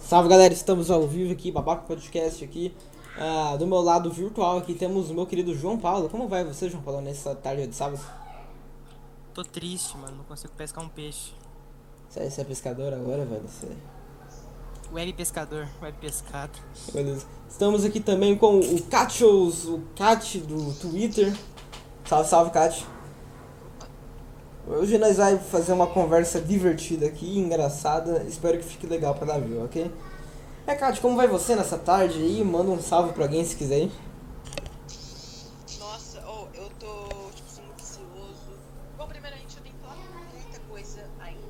Salve galera, estamos ao vivo aqui, Babaca Podcast aqui. Ah, do meu lado virtual aqui temos o meu querido João Paulo. Como vai você, João Paulo, nessa tarde de sábado? Tô triste, mano. Não consigo pescar um peixe. Você você é pescador agora, velho? Você... é Web pescador, web pescado. Beleza. Estamos aqui também com o Cachos, o Cat do Twitter. Salve, salve, Cat. Hoje nós vamos fazer uma conversa divertida aqui, engraçada. Espero que fique legal pra dar view, ok? É, Cat, como vai você nessa tarde aí? Manda um salve pra alguém se quiser aí. Nossa, oh, eu tô, tipo, sendo ansioso. Bom, primeiramente, eu tenho que falar muita coisa ainda.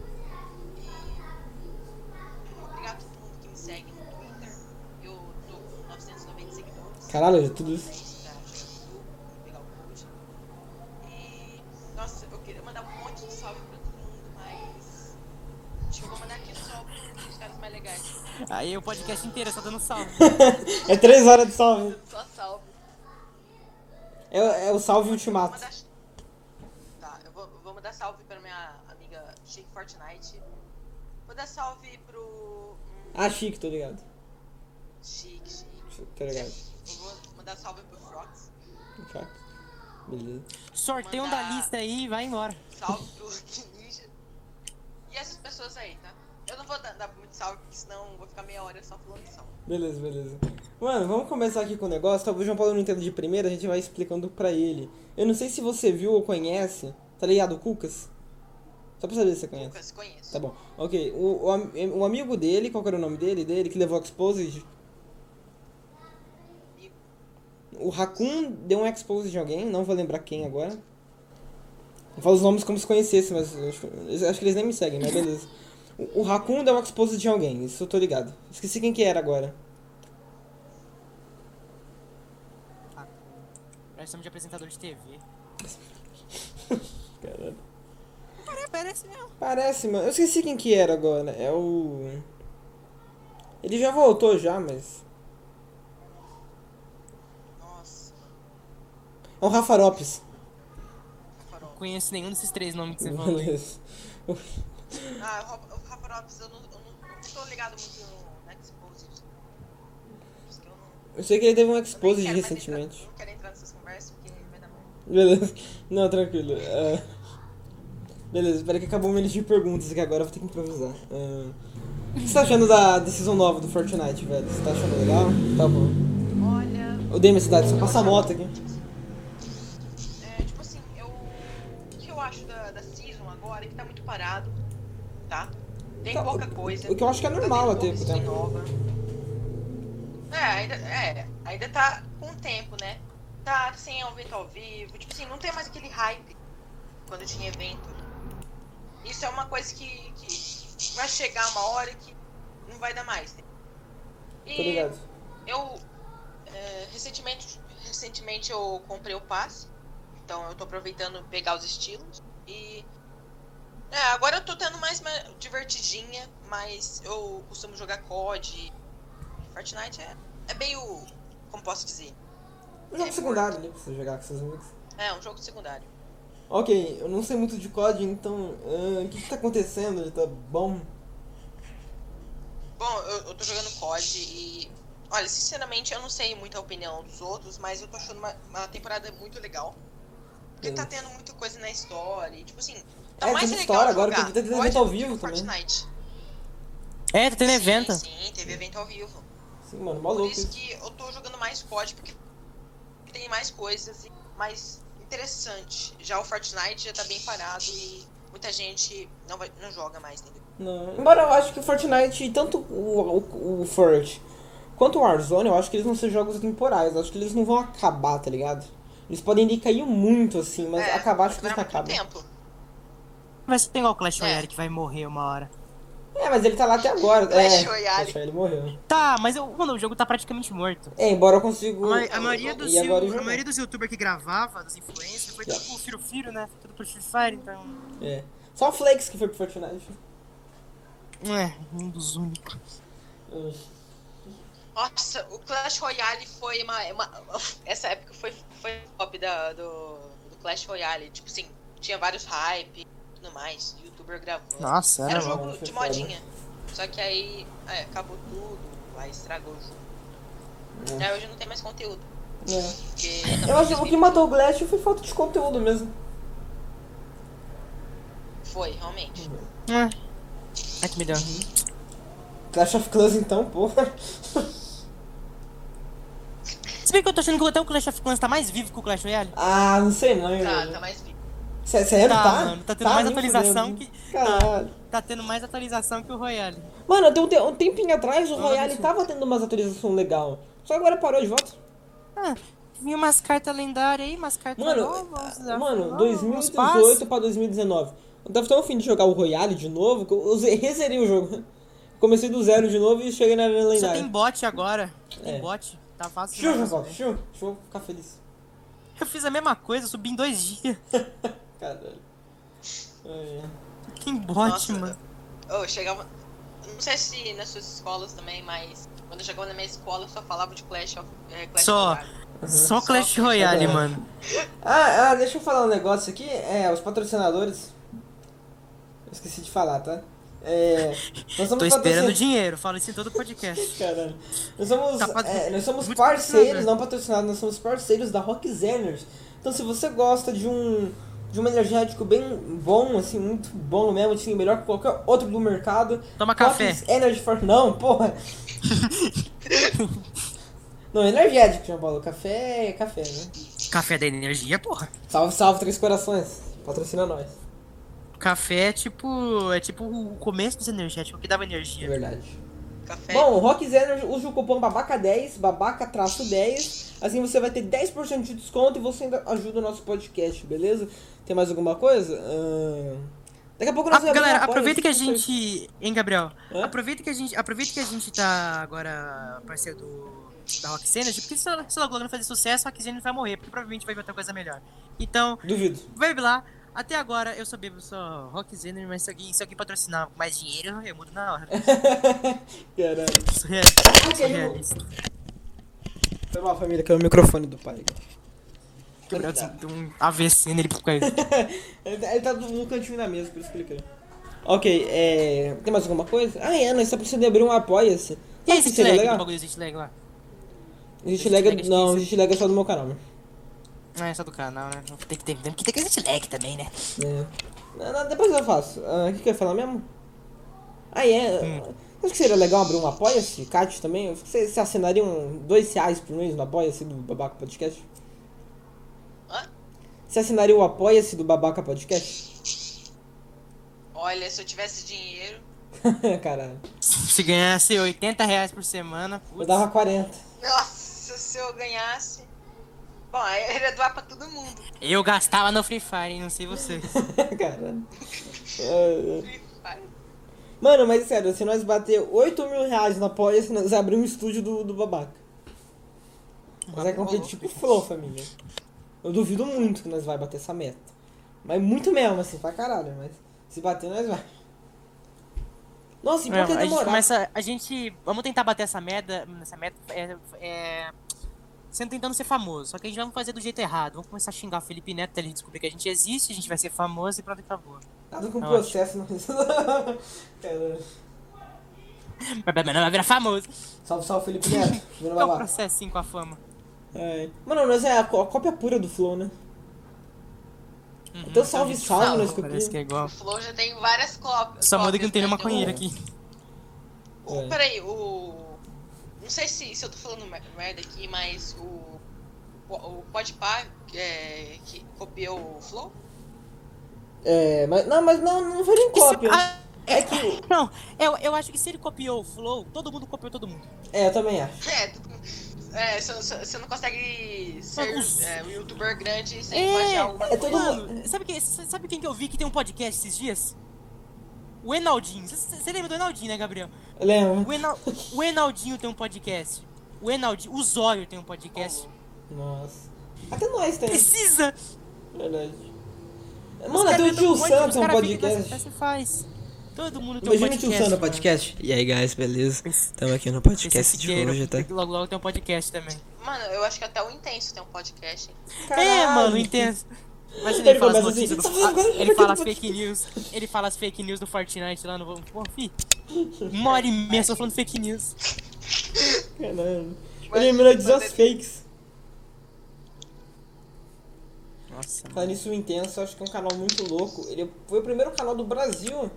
E... Obrigado a todo mundo que me segue no Twitter. Eu tô com 990 seguidores. Caralho, é tudo isso. Tá, vou pegar o post. E... Nossa, eu queria mandar um monte de salve pra todo mundo, mas... Acho que eu vou mandar aqui só pros caras mais legais. Aí o podcast inteiro só dando salve. É três horas de salve. Só salve. É, é o salve Vou ultimato. mandar... Tá, eu vou, vou mandar salve pra minha amiga Chique Fortnite. Vou dar salve pro. Hum, Ah, chique, tô ligado. Chique, Chique. Tô Tá ligado. Eu vou mandar salve pro Frox. Tá. Beleza. Sorteio um da lista aí e vai embora. Salve pro Ninja. E essas pessoas aí, tá? Eu não vou dar, dar muito salve, porque senão eu vou ficar meia hora só falando salve. Beleza, beleza. Mano, vamos começar aqui com o negócio. Talvez o João Paulo não entenda de primeira, a gente vai explicando pra ele. Eu não sei se você viu ou conhece, tá ligado? O Cucas? Só pra saber se você conhece. Lucas, conheço. Tá bom. Ok, o, o, am- o amigo dele, qual que era o nome dele? Dele que levou a Exposed? Amigo. O Raccoon deu um Exposed de alguém, não vou lembrar quem agora. Eu falo os nomes como se conhecesse, mas eu acho, eu acho que eles nem me seguem, mas beleza. O, o Raccoon deu um Exposed de alguém, isso eu tô ligado. Esqueci quem que era agora. Nós somos de apresentador de TV. Caralho. Cara, parece mesmo. Parece, mano. Eu esqueci quem que era agora. É o. Ele já voltou já, mas. Nossa, É o Rafa Lopes. Farol. Não conheço nenhum desses três nomes que você falou. aí. Beleza. Ah, o Rafa- o Rafa Lopes, eu não, eu não, eu não tô ligado muito no, no Exposed. Por isso que eu não. Eu sei que ele teve um Eu nem exposed quero mais recentemente. entrar- Não quero entrar nessas conversas porque vai dar merda. Beleza. Não, tranquilo. É. Beleza, peraí que acabou o minuto de perguntas aqui agora, eu vou ter que improvisar. É. O que você tá achando da decisão nova do Fortnite, velho? Você tá achando legal? Tá bom. é Olha. Odeio minha cidade, só passa moto aqui. É, tipo assim, eu. O que eu acho da, da Season agora é que tá muito parado, tá? Tem Tá, pouca o- coisa. o que eu acho que é tá normal tendo até, pouca tá? skin nova. É, ainda, é, ainda tá com o tempo, né? Tá sem evento ao vivo, tipo assim, não tem mais aquele hype quando tinha evento. Isso é uma coisa que, que vai chegar uma hora que não vai dar mais. Né? E Tô ligado. eu é, recentemente, recentemente eu comprei o passe, então eu tô aproveitando pegar os estilos e é, agora eu tô tendo mais uma divertidinha, mas eu costumo jogar COD. Fortnite é, é meio. como posso dizer? Um jogo secundário ali pra você jogar com seus amigos. É, um jogo secundário. Ok, eu não sei muito de COD, então. ah, O que que tá acontecendo? Ele tá bom? Bom, eu, eu tô jogando COD e. Olha, sinceramente, eu não sei muito a opinião dos outros, mas eu tô achando uma, uma temporada muito legal. Porque tá Hum. tendo muita coisa na história, e, tipo assim, tá É, mais teve legal história agora, jogar tem- tem COD evento ao do que vivo também. Fortnite. É, tá tendo Sim, evento. Sim, teve evento ao vivo. Sim, mano, mó Por Tá louco isso isso. que eu tô jogando mais COD, porque tem mais coisas e mais interessante. Já o Fortnite já tá bem parado e muita gente não, vai- não joga mais, né? entendeu? Não. Embora eu acho que o Fortnite, tanto o, o, o Fort quanto o Warzone, eu acho que eles vão ser jogos temporais. Eu acho que eles não vão acabar, tá ligado? Eles podem decair muito assim, mas É, acabar acho que vai eles não durar muito acabam. tempo. Mas tem igual o Clash É. Royale que vai morrer uma hora. É, mas ele tá lá até agora. Clash é, Royale. Clash Royale morreu. Tá, mas eu, mano, o jogo tá praticamente morto. É, embora eu consiga. e agora eu jogo. dos youtubers que gravava, dos influencers, foi Yeah. o Firo Firo, né? Foi tudo pro Free Fire, então. É. Só o Flakes que foi pro Fortnite. É, um dos únicos. É. Nossa, o Clash Royale foi uma. uma- essa época foi, foi top da, do, do Clash Royale. Tipo assim, tinha vários hype e tudo mais. Youtuber gravando. Nossa, Ah, Era um era. bom, jogo foi de é foda. modinha. Só que aí é, acabou tudo, aí estragou o jogo. Aí hoje não tem mais conteúdo. É. Porque Hum. tá Eu acho que o que matou o Glash foi falta de conteúdo mesmo. foi, realmente. Ah. Ai, que me deu. Hum. Clash of Clans então, porra. Se bem que eu tô achando que até o Clash of Clans tá mais vivo que o Clash Royale. Ah, não sei não, hein, Tá, velho. tá mais vivo. Sé- Sério, tá? Tá, mano, tá tendo mais nem atualização fudendo. que- Caralho. Tá tendo mais atualização que o Royale. Mano, tem um, te- um tempinho atrás o Não, Royale isso- tava tendo umas atualizações legal. Só agora parou de volta. Ah, vinha umas cartas lendárias aí, umas cartas Mano, novas. ah, mano, uns 2018 pra 2019. Eu tava tão afim de jogar o Royale de novo que eu ze- rezerei o jogo. Comecei do zero de novo e cheguei na Arena Só lendária. tem bot agora. Tem É. bot. Tá fácil. Chiu, demais, João, né? chiu. Deixa eu ficar feliz. Eu fiz a mesma coisa, eu subi em dois dias. Caralho. Ai, ai. Tem bot, Nossa, mano. Eu chegava. eu Não sei se nas suas escolas também, mas quando eu chegava na minha escola eu só falava de Clash of é, Clash Só. of Royale. Só Clash Royale, Uhum. Royale. mano. Ah, ah, deixa eu falar um negócio aqui. É, os patrocinadores. Eu esqueci de falar, tá? É. Nós somos Tô esperando patrocin- dinheiro, falo isso em todo podcast. Caralho. Nós somos, Tá patro- é, nós somos muito parceiros, patrocinador. não patrocinados, nós somos parceiros da Rock Zenners. Então se você gosta de um de um energético bem bom, assim, muito bom mesmo, assim, melhor que qualquer outro do mercado. Toma Rock café. Energy for... Não, porra. não, energético, João Paulo. Café é café, né? Café da energia, porra. Salve, salve, Três Corações. Patrocina nós. Café é tipo. É tipo o começo dos energéticos, o que dava É energia. verdade. Café. Bom, o Rock Zener usa o cupom babaca10, babaca-10. Assim você vai ter 10% de desconto e você ainda ajuda o nosso podcast, beleza? Tem mais alguma coisa? Ahn, Daqui a pouco nós Ah, galera, abrir um apoio, aproveita que a isso aí. gente. Hein, Gabriel? Hã? Aproveita que a gente. Aproveita que a gente tá agora parceiro do. Da Rock Energy, porque se ela- se a Globo não fazer sucesso, a Rock Energy vai morrer, porque provavelmente vai vir outra coisa melhor. Então, Duvido. Bebe lá. Até agora eu só bebo só Rock Zener, mas se alguém, se alguém patrocinar com mais dinheiro, eu mudo na hora. Caralho. Sou real- sou realista. Foi mal, família, caiu o microfone do pai. tá- Gabriel deu um AVC nele por causa Ele tá, ele tá no cantinho da mesa, por isso que ele caiu. Ok, é... Tem mais alguma coisa? Ah, é, nós tá precisando abrir um apoia-se. E Sabe o esse que seria lag, o legal? bagulho do jet lag lá? A gente lega... lag, Não, a esqueci. gente lega só do meu canal, né? Não, é só do canal, né? Tem que ter, tem que ter que jet lag também, né? É. Não, não, depois eu faço. Ah, O que, que eu ia falar mesmo? Ah, é. Acho que seria legal abrir um Apoia-se, Cat também. Você, você assinaria um, dois reais por mês no Apoia-se do Babaca Podcast? Hã? Você assinaria o Apoia-se do Babaca Podcast? Olha, se eu tivesse dinheiro. Caralho. Se ganhasse 80 reais por semana, putz. Eu dava 40. Nossa, se eu ganhasse. Bom, aí eu ia doar pra todo mundo. Eu gastava no Free Fire, hein? não sei vocês. Caralho. É, é. Free Fire. Mano, mas sério, se nós bater 8 mil reais no Apoia-se, nós abrimos um estúdio do, do Babaca. Mas é competir tipo flow, família. Eu duvido muito que nós vai bater essa meta. Mas muito mesmo, assim, pra caralho. Mas se bater, nós vai. Nossa, e Não, pior que é a gente demorado. começa. A gente. Vamos tentar bater essa merda. Essa meta. É, é, sendo tentando ser famoso. Só que a gente vai fazer do jeito errado. Vamos começar a xingar o Felipe Neto até ele descobrir que a gente existe, a gente vai ser famoso e pronto, acabou. Nada com Eu processo, É, não Cara, Mas mas não vai virar famoso. Salve, salve, Felipe Neto. Vira É um lá. processinho com a fama. Ai. Mano, nós é a, có- a cópia pura do flow, né? Uhum, Então salve, a gente salve, fala, nós copia. Parece que é igual. O Flow já tem várias cópias. Só muda que não tem nenhuma cópias, né? maconheira aqui. O- É. Peraí, o. Não sei se, se eu tô falando mer- merda aqui, mas o. O, o Podpah, é, que copiou o Flow? É, mas não, mas não, não foi nem cópia. Ah, É que. o- Não, eu, eu acho que se ele copiou o Flow, todo mundo copiou todo mundo. É, eu também acho. É, tudo- é, você- você você não consegue ser Mas- é, um youtuber grande sem É, plagiar alguma é todo- coisa. Mano, sabe, quem, sabe quem que eu vi que tem um podcast esses dias? O Enaldinho. Você lembra do Enaldinho, né, Gabriel? Eu Lembro. O, Enal, o Enaldinho tem um podcast. O Enaldinho, o Zóio tem um podcast. Nossa. Hum. Até nós temos. Precisa! Verdade. Os Mano, caras até o tentam Tio um monte, os Sam tem um caras ficam podcast. dessa- dessa faz. Todo mundo Imagina tem um o podcast. Tio Sam no mano. podcast. E aí, guys, beleza? Esse- Estamos aqui no esse podcast de Siqueiro, hoje, tá? Logo, logo tem um podcast também. É, Mano, eu acho que até o Intenso tem um podcast. hein? É, mano, intenso. Imagina ele Ele fala as começa assim, notícias do... "Tá vendo? Ele fala as fake news. Ele fala as fake news do Fortnite lá no. Pô, fi. Uma hora e meia só falando fake news. Caralho. Mas- Ele lembrou de dizer mas as ele- fakes. Nossa, mano. Falando isso intenso, eu acho que é um canal muito louco. Ele foi o primeiro canal do Brasil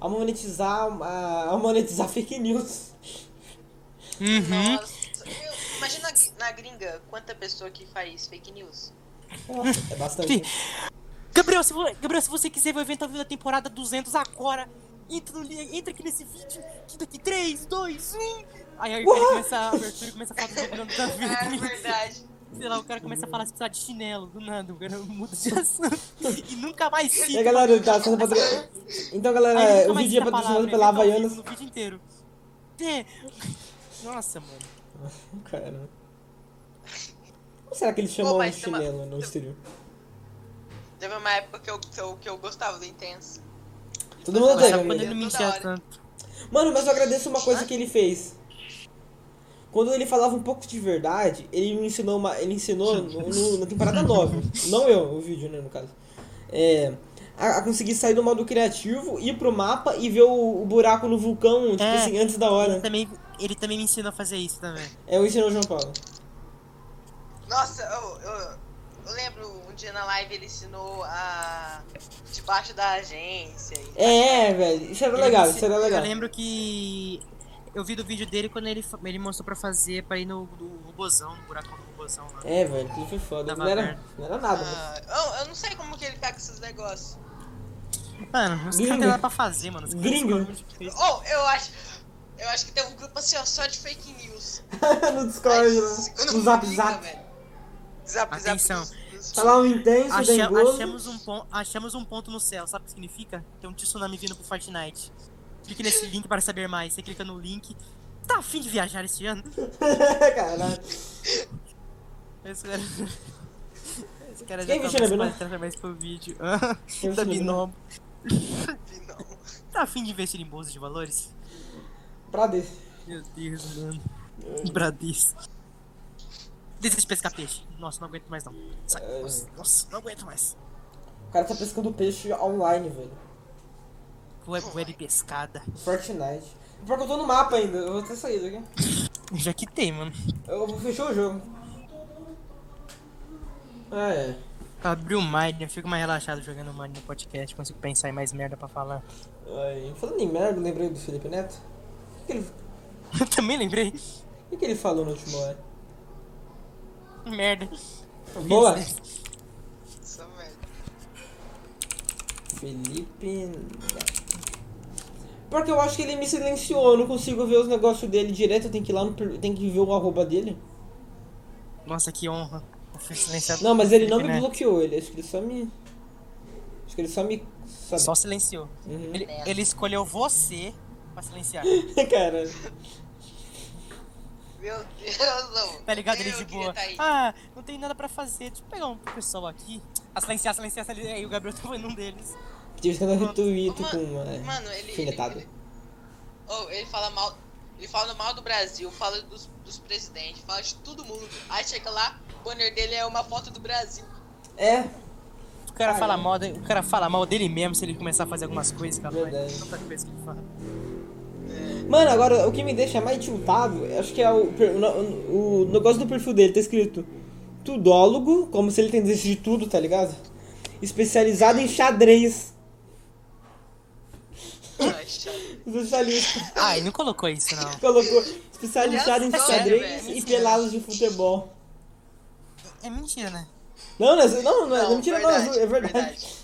a monetizar, a, a monetizar fake news. Uhum. Nossa, eu- imagina na gr- na gringa quanta pessoa que faz fake news. É bastante. Gabriel, se, vo- Gabriel, se você quiser ver o evento ao vivo da temporada 200 agora, entra, no li- entra aqui nesse vídeo. Que daqui 3, 2, 1. Aí, aí o cara começa a abertura e começa a falar do programa da Ah, é vida. verdade. Sei lá, o cara começa a falar se precisar de chinelo, do nada, o cara muda de assunto e nunca mais E É, cita. a galera tá sendo patro... Então, Aí ele galera, nunca o mais vídeo é cita a patrocinado palavra, pela ele tá Havaianas. ouvindo O vídeo inteiro. É. Nossa, mano. Cara. Como será que eles Pô, chamam um mas tem uma- chinelo no exterior? Teve uma época que eu, que eu, que eu gostava do Intenso. Todo mundo Mas odeia, Nossa, a quando amigo. ele tá me Toda enchia hora. tanto. Mano, mas eu agradeço uma coisa que ele fez. Quando ele falava um pouco de verdade, ele me ensinou uma. Ele ensinou no- no- na temporada 9. Não eu, o vídeo, né, no caso. É. A, a conseguir sair do modo criativo, ir pro mapa e ver o, o buraco no vulcão, tipo É. assim, antes da Ele hora. também, ele também me ensinou a fazer isso também. É, eu ensinei o João Paulo. Nossa, eu, eu, eu lembro um dia na live ele ensinou a. debaixo da agência. e- É, velho, isso era Ele legal, me isso era ensinou- legal. Eu lembro que eu vi do vídeo dele quando ele, fa- ele mostrou pra fazer, pra ir no, no robozão, no buraco do robozão lá. É, velho, tudo foi foda. Tava Não era, aberto. não era nada, velho. Ah, eu, eu não sei como que ele tá com esses negócios. Mano, É. os caras Gringo. não tem nada pra fazer, mano. Os caras Gringo. são muito difíceis. Ou Oh, eu acho. Eu acho que tem um grupo assim, ó, só de fake news. no Discord, né? Aí, segura no um é Zap pouquinho, Zap. velho. Zap Zap. Atenção. dos- dos- Tá lá um intenso, Acha- dengoso. achamos, um pon- achamos um ponto no céu, sabe o que significa? Tem um tsunami vindo pro Fortnite. Clique nesse link para saber mais. Você clica no link. Tá afim de viajar esse ano? Caralho. Esse cara, esse cara Quem já vestiu na tá Binômio? mais através pro vídeo. Quem vestiu da na Binômio. Não. Tá afim de investir em bolsa de valores? Pra desse. Meu Deus, mano. Bradesco. Deixa de pescar peixe. Nossa, não aguento mais não. Sai. É. Nossa, nossa, não aguento mais. O cara tá pescando peixe online, velho. Web, web pescada. Fortnite. Pior que eu tô no mapa ainda, eu vou ter saído aqui. Já que tem, mano. Eu vou fechar o jogo. Ah, é. Abri o Mind, eu fico mais relaxado jogando o Mind no podcast, consigo pensar em mais merda pra falar. Ai, falando em merda, eu lembrei do Felipe Neto. O que, que ele, Eu também lembrei. o que, que ele falou no último hora? Merda. Boa! Nossa, velho. Felipe Neto. Porque eu acho que ele me silenciou, eu não consigo ver os negócios dele direto, eu tenho que ir lá no. per- tem que ver o arroba dele. Nossa, que honra. Eu fui silenciado. Não, mas ele não Felipe me Neto. bloqueou, ele acho que ele só me. Acho que ele só me. Sabe? Só silenciou. Uhum. Ele, ele escolheu você pra silenciar. Cara. Meu Deus, não. Tá ligado? Ele Eu de queria boa. tá aí. Ah, não tem nada pra fazer. Deixa eu pegar um pessoal aqui. Ah, silenciar, silenciar, silenciar. Aí o Gabriel tava em um deles. Tive que dar retweet Ma- com uma. é, Mano, ele. Filetado. Ele, ele, oh, ele fala mal. Ele fala mal do Brasil, fala dos, dos presidentes, fala de todo mundo. Aí chega lá, o banner dele é uma foto do Brasil. É, O cara, Ah, fala é. mal, de- o cara fala mal dele mesmo se ele começar a fazer algumas coisas, capaz. Verdade. Tanta coisa que ele fala. Mano, agora o que me deixa mais tiltado, eu acho que é o, per- o no- o negócio do perfil dele, tá escrito tudólogo, como se ele entendesse de tudo, tá ligado? Especializado em xadrez. Ai, chato. Especialista. Ah, ele não colocou isso, não. Colocou especializado em Aliás, sério, xadrez velho. e peladas de futebol. É mentira, né? Não, não, é- não, não, é- não mentira, não, é verdade, verdade.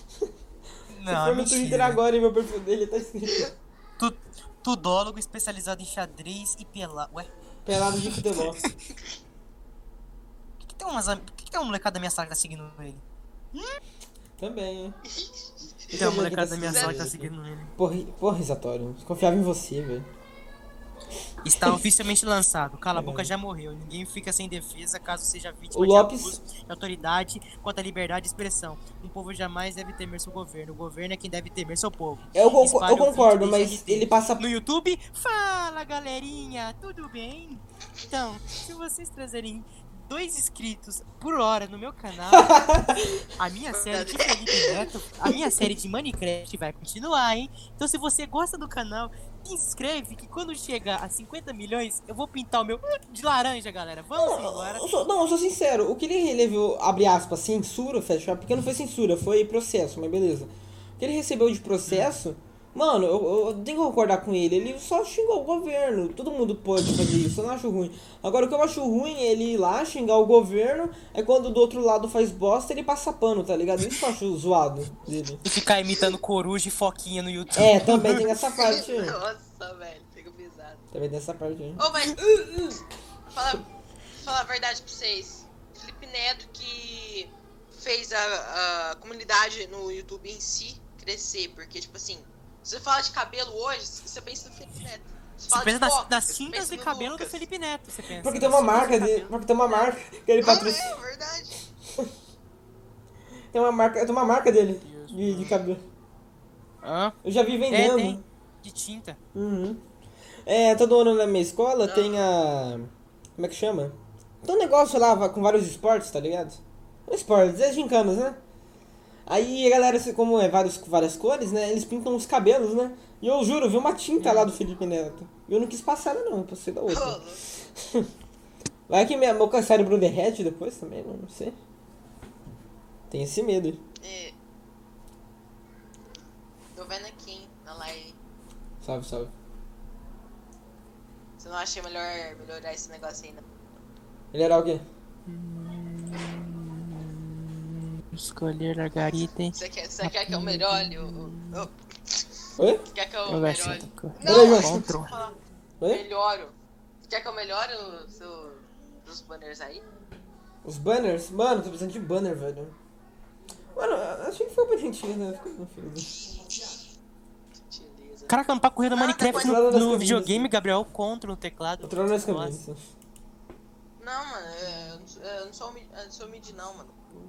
Não, Se é for no Twitter mentira. agora e meu perfil dele tá escrito Tu- Tudólogo especializado em xadrez e pelado. Ué, peladas de futebol. por que, que tem umas. am- Por que, que tem um molecada da minha sala que tá seguindo ele? Também, hein? Tem é um molecada da minha sala que tá Sério? seguindo ele. Porra, porra, risatório. Confiava em você, velho. Está oficialmente lançado. Cala a boca já morreu. Ninguém fica sem defesa caso seja vítima É. O de Lopes- abuso de autoridade quanto à liberdade de expressão. Um povo jamais deve temer seu governo. O governo é quem deve temer seu povo. Eu, conco- Espalhe eu o vídeo concordo, desde mas que- ele passa No YouTube, fala galerinha, tudo bem? Então, se vocês trazerem dois inscritos por hora no meu canal, a minha série de Felipe Neto, a minha série de Minecraft vai continuar, hein? Então se você gosta do canal, se inscreve que quando chegar a 50 milhões, eu vou pintar o meu de laranja, galera. Vamos embora. Não, eu sou, não, eu sou sincero. O que ele levou, abre aspas, censura, fecha, porque não foi censura, foi processo, mas beleza. O que ele recebeu de processo, mano, eu, eu tenho que concordar com ele. Ele só xingou o governo. Todo mundo pode fazer isso, eu não acho ruim. Agora, o que eu acho ruim é ele ir lá xingar o governo, é quando do outro lado faz bosta, ele passa pano, tá ligado? Isso eu acho zoado dele. E ficar imitando coruja e foquinha no YouTube. É, também tem essa parte. aí. Nossa, velho, pegou pesado. Também tem essa parte. aí. Ô, mas. uh, falar, falar a verdade pra vocês. Felipe Neto que fez a, a comunidade no YouTube em si crescer. Porque, tipo assim, se você fala de cabelo hoje, você pensa no Felipe Neto. Você, Você fala pensa de nas, Coca, nas você tintas pensa de no cabelo Lucas. do Felipe Neto, você pensa. Porque tem uma Nas tintas marca de de, cabelo. porque tem uma marca que ele tá patrocina. Ah, é verdade. Tem uma marca, tem uma marca dele de, de cabelo. Hã? Eu já vi É, vendendo. tem. De tinta. Uhum. É, todo ano na minha escola tem a. Como é que chama? Tem um negócio lá va- com vários esportes, tá ligado? Não esportes, é gincanas, né? Aí a galera, assim, como é vários, várias cores, né? Eles pintam os cabelos, né? E eu juro, eu vi uma tinta lá do Felipe Neto. E eu não quis passar ela não, eu passei da Ô, outra. louco. Vai que minha, meu cérebro derrete depois também, né? não sei. Tem esse medo. É. Tô vendo aqui, hein, na live. Salve, salve. Você não acha melhor melhorar esse negócio ainda? Ele era o quê? Escolher a garita, hein? Você quer, você quer que eu melhore? o- o- o- Oi? Quer que eu, Eu melhore? gosto da cor. Beleza. Não, Control. falar. Oi? melhoro. Quer que eu melhore o seu, os banners aí? Os banners? Mano, tô precisando de banner, velho. Mano, eu achei que foi bonitinho, né? Ficou tão feio. Gentileza. Caraca, não tá correndo Minecraft Nada no, das no camisas. videogame, Gabriel. Contra no teclado. Outra hora nós Nossa. caminhamos. Não, mano, é, eu não sou- eu não sou, mid- eu não sou mid não, mano.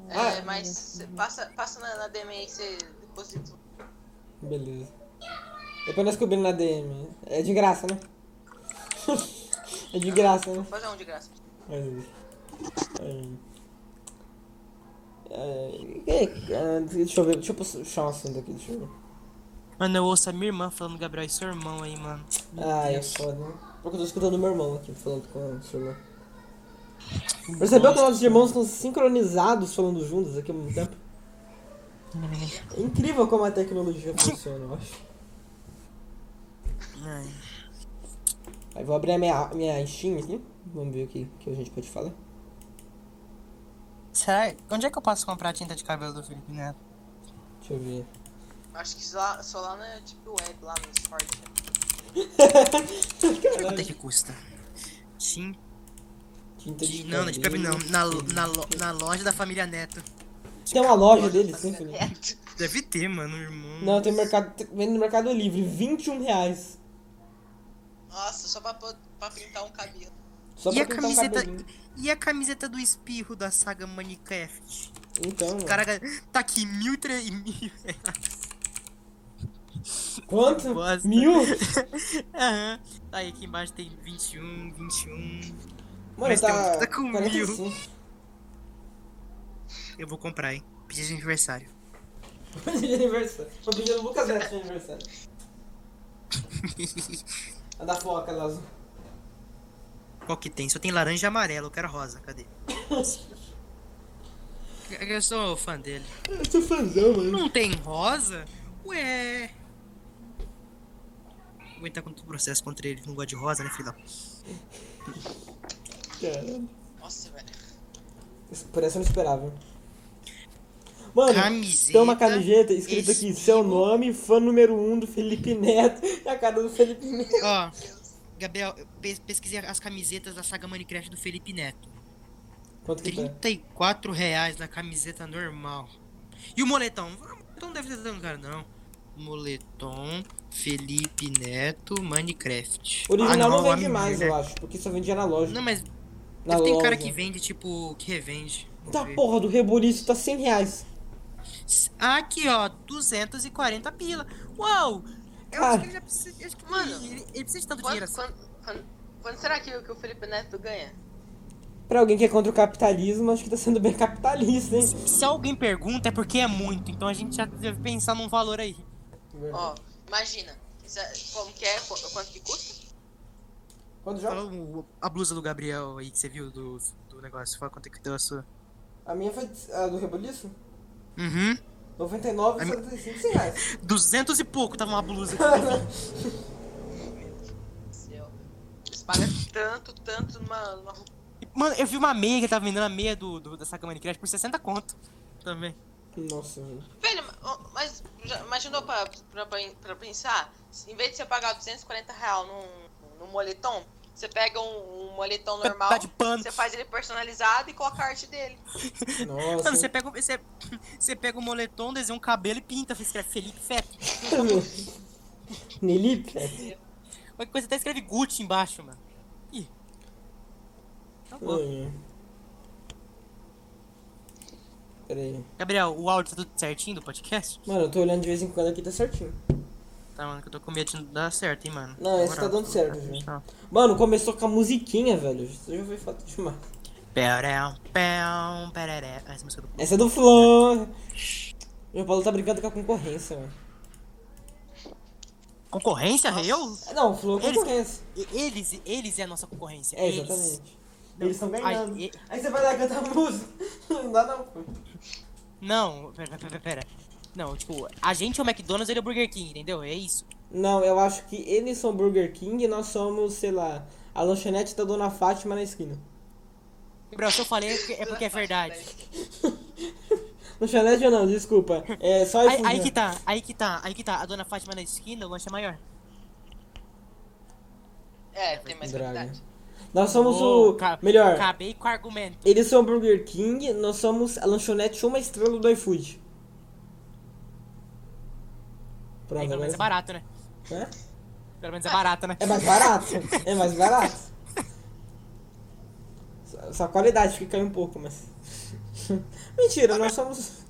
Ah. É, mas cê passa, passa na, na DM aí que você deposita. Beleza. Depois nós cobrimos na DM. É de graça, né? é de graça, né? Fazer um de graça. Ai, meu Deus. Ai. Ai, é, é, Deixa eu ver, deixa eu puxar um assunto aqui, deixa eu ver. Mano, eu ouço a minha irmã falando Gabriel e seu irmão aí, mano. Ai, é foda. Porque eu tô escutando meu irmão aqui falando com a sua irmã. Percebeu que nossos irmãos estão sincronizados falando juntos aqui ao mesmo tempo? É incrível como a tecnologia funciona, eu acho. Ai. Aí vou abrir a minha, minha Steam aqui. Vamos ver o que, que a gente pode falar. Será? Onde é que eu posso comprar a tinta de cabelo do Felipe Neto? Deixa eu ver. Acho que só, lá- só lá na Deep Web, lá no Discord. né? Quanto é que custa? Sim. Tinta de Não, não, de cabelo. não. Na, lo- na, lo- na loja da família Neto. Tem uma loja deles, sim, É. Felipe. Deve ter, mano, irmão. Não, tem mercado. tem- Vende no Mercado Livre, 21 reais. Nossa, só pra, pô- pra pintar um cabelo. Só E pra a pintar um camiseta. cabelinho. E a camiseta do espirro da saga Minecraft? Então, mano. Caraca, tá aqui mil e tre- e mil reais. quanto? Bosta. Mil? Aham. Tá Aí aqui embaixo tem 21, 21. Mano, Mas tem um tá. que tá com mil. 45. Eu vou comprar, hein? Pedido de aniversário. Foi de aniversário. Foi pedir do Lucas Neto de aniversário. A da foca, lá azul. Qual que tem? Só tem laranja e amarelo, eu quero rosa, cadê? Eu- Eu sou fã dele. Eu sou fãzão, mano. Não tem rosa? Ué. Vou entrar com todo o processo contra ele, não gosta de rosa, né, filho? da- Caramba. Nossa, velho. Isso- Por essa eu não esperava. Mano, Camiseta, tem Então, uma camiseta escrito aqui, estilo. seu nome, fã número 1 um do Felipe Neto e a cara do Felipe Neto. Ó, Gabriel, eu pes- pesquisei as camisetas da saga Minecraft do Felipe Neto. Quanto que tá? 34 reais na camiseta normal. E o moletom? Ah, O moletom deve ser tão caro, não. Moletom, Felipe Neto, Minecraft. Original Ah, não, a vende minha, mais, né? eu acho, porque só vendia na loja. Não, mas na deve- tem loja. cara que vende, tipo, que revende. Vamos Tá ver. porra do reboliço tá 100 reais. Ah, Aqui, ó, 240 pila. Uau! Eu Cara. acho que ele já precisa. eu acho que Mano, ele, ele precisa de tanto dinheiro Quando, assim. quando, quando, quando será que, o- que o Felipe Neto ganha? Pra alguém que é contra o capitalismo, acho que tá sendo bem capitalista, hein? Se alguém pergunta, é porque é muito, então a gente já deve pensar num valor aí. Ó, imagina. Isa- Como que é? Qu- Quanto que custa? Quanto Fala joga? o- a blusa do Gabriel aí que você viu do, do negócio, fala quanto é que deu a sua. A minha foi a do Reboliço? Uhum. 99,75 reais. 200 e pouco tava uma blusa aqui. Meu céu. Eles pagam tanto, tanto numa, numa roupa. Mano, eu vi uma meia que ele tava vendendo a meia do, do, dessa cama de Minecraft por 60 conto. Também. Nossa, velho. Velho, ma- ó, mas já imaginou pra, pra, pra- pra pensar? Em vez de você pagar 240 reais num, num moletom, você pega um, um moletom Tá normal, de pano. você faz ele personalizado e coloca a arte dele. Nossa. Mano, você pega, o- você, você pega o moletom, desenha um cabelo e pinta. Você escreve Felipe Fep. Nelipe? Qualquer coisa até escreve Gucci embaixo, mano. Ih. Tá bom. Pera aí. Gabriel, o áudio tá tudo certinho do podcast? Mano, eu tô olhando de vez em quando aqui, tá certinho. Tá, mano, que eu tô com medo de não dar certo, hein, mano. Não, Na esse tá moral. dando certo, já. Mano, começou com a musiquinha, velho. Isso já foi fato demais. Perão, perão, pereré. Essa música do... Essa é do Flow. O Paulo tá brincando com a concorrência, velho. Concorrência, eu? Ah, Não, o Flow é Eles- concorrência. E- Eles, eles é a nossa concorrência. É, eles. exatamente. Eles estão Ai, ganhando. e- Aí você vai lá cantar música. Não dá não, pô. Não, pera, pera, pera. Não, tipo, a gente é o McDonald's, ele é o Burger King, entendeu? É isso. Não, eu acho que eles são Burger King e nós somos, sei lá, a lanchonete da Dona Fátima na esquina. Gabriel, se eu falei é porque é, porque é verdade. Lanchonete ou não, desculpa. É só Aí, isso. aí né? que tá, aí que tá, aí que tá. A dona Fátima na esquina, o lanche é maior. É, tem mais Draga. qualidade. Nós somos Ô, o. ca- Melhor. Acabei com o argumento. Eles são Burger King, nós somos a lanchonete uma estrela do iFood. Pronto, Aí, pelo menos agora. é barato, né? Hã? Pelo menos é barato, né? É mais barato. é mais barato. Só- Só a qualidade que caiu um pouco, mas. Mentira, nós somos.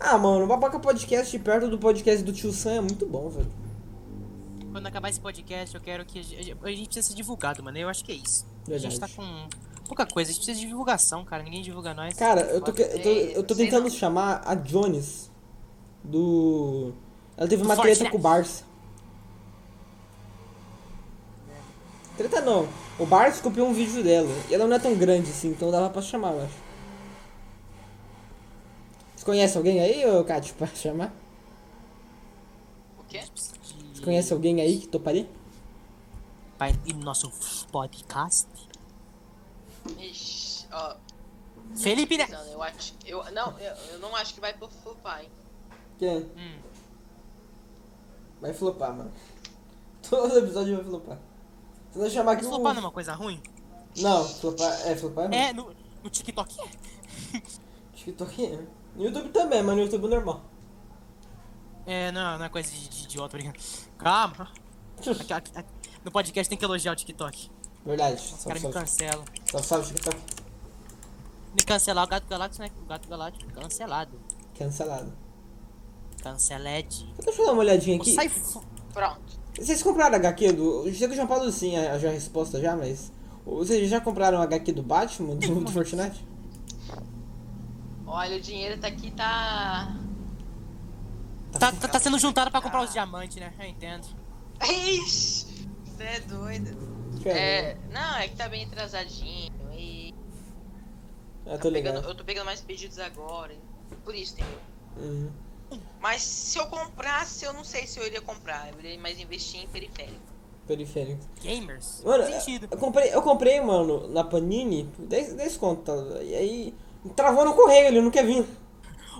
Ah, mano, o Babaca Podcast perto do podcast do tio Sam é muito bom, velho. Quando acabar esse podcast, eu quero que. A gente a gente precisa ser divulgado, mano. Eu acho que é isso. A Verdade. gente tá com pouca coisa, a gente precisa de divulgação, cara. Ninguém divulga nós. Cara, eu tô, que- eu tô, eu tô Sei tentando não. chamar a Jones do. Ela teve Do uma treta Fortnite. com o Barça. Treta não. O Barça copiou um vídeo dela. E ela não é tão grande assim, então dava pra chamar, eu acho. Você conhece alguém aí, ô Cátia, pra chamar? O quê? Você conhece alguém aí que toparia? Vai ir no nosso podcast. Ixi, ó. Felipe né? Neto. Não, eu acho. Eu, não, eu, eu não acho que vai pro flopar, hein? Quem? Hum. Vai flopar, mano. Todo episódio vai flopar. Você vai chamar Mas aqui flopar não é uma coisa ruim? Não, flopar é flopar não. É, no, no TikTok é. TikTok é. No YouTube também, mas no YouTube normal. É, não, não é coisa de, de idiota, obrigado. Calma. Aqui- aqui- aqui- no podcast tem que elogiar o TikTok. Verdade. Os Salve, caras me salve. cancelam. Salve, salve, TikTok. Me cancelar o Gato Galáctico, né? O Gato Galáctico cancelado. Cancelado. Canceled. Deixa eu dar uma olhadinha aqui. Sai fu- Pronto. Vocês compraram a HQ do. Eu sei que o João Paulo sim, a, já a resposta já, mas. Vocês já compraram a HQ do Batman, do, do Fortnite? Olha, o dinheiro tá aqui, tá. tá, tá, tá sendo juntado pra comprar Ah. os diamantes, né? Eu entendo. Ixi! Você é doido. É, Cara, né? não, é que tá bem atrasadinho. E Eu tá tô pegando- ligado. eu tô pegando mais pedidos agora. e Por isso, entendeu? Uhum. Mas se eu comprasse, eu não sei se eu iria comprar. Eu iria mais investir em periférico. Periférico. Gamers? Mano, é- Sentido. eu comprei, eu comprei, mano, na Panini, 10, 10 conto. tá? E aí. Travou no correio, ele não quer vir.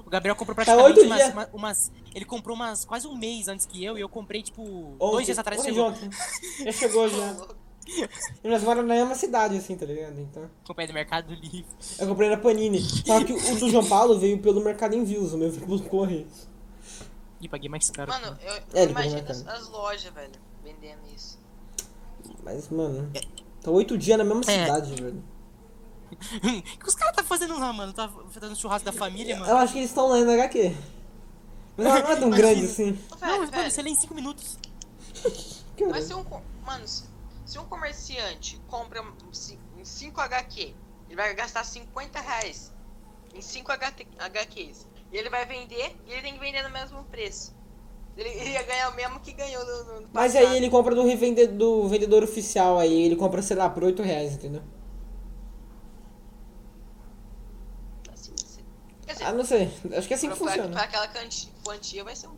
O Gabriel comprou tá oito praticamente umas, dias. uma- umas. Ele comprou umas quase um mês antes que eu e eu comprei, tipo, Ontem- dois dias atrás. ontem chegou. de ontem. Já chegou já. E nós moramos na mesma cidade, assim, tá ligado? Então. Comprei do Mercado Livre. Eu comprei na Panini. Só que o do João Paulo veio pelo Mercado em Views, o meu veio pelo Correio. E paguei mais caro. Mano, eu, eu É, ele imagino compra, as, cara. as lojas, velho, vendendo isso. Mas, mano. Tá oito dias na mesma É. cidade, velho. o que os caras tá fazendo lá, mano? Tá fazendo churrasco da família, mano? Eu acho que eles estão lendo HQ. Mas ela não é tão grande assim. Ô, velho, Não, mas, mano, velho, você lê em 5 minutos. Que mas horror. um se um. co- Mano, se, se um comerciante compra 5 HQ Ele vai gastar 50 reais em 5 HQs. E ele vai vender e ele tem que vender no mesmo preço. Ele ele ia ganhar o mesmo que ganhou no, no- no Mas passado. aí ele compra do, revende- do vendedor oficial aí, ele compra, sei lá, por 8 reais, entendeu? Assim, assim. Quer dizer, Ah, não sei. Acho que é assim que pra- pra- pra funciona. aquela canti- quantia vai ser um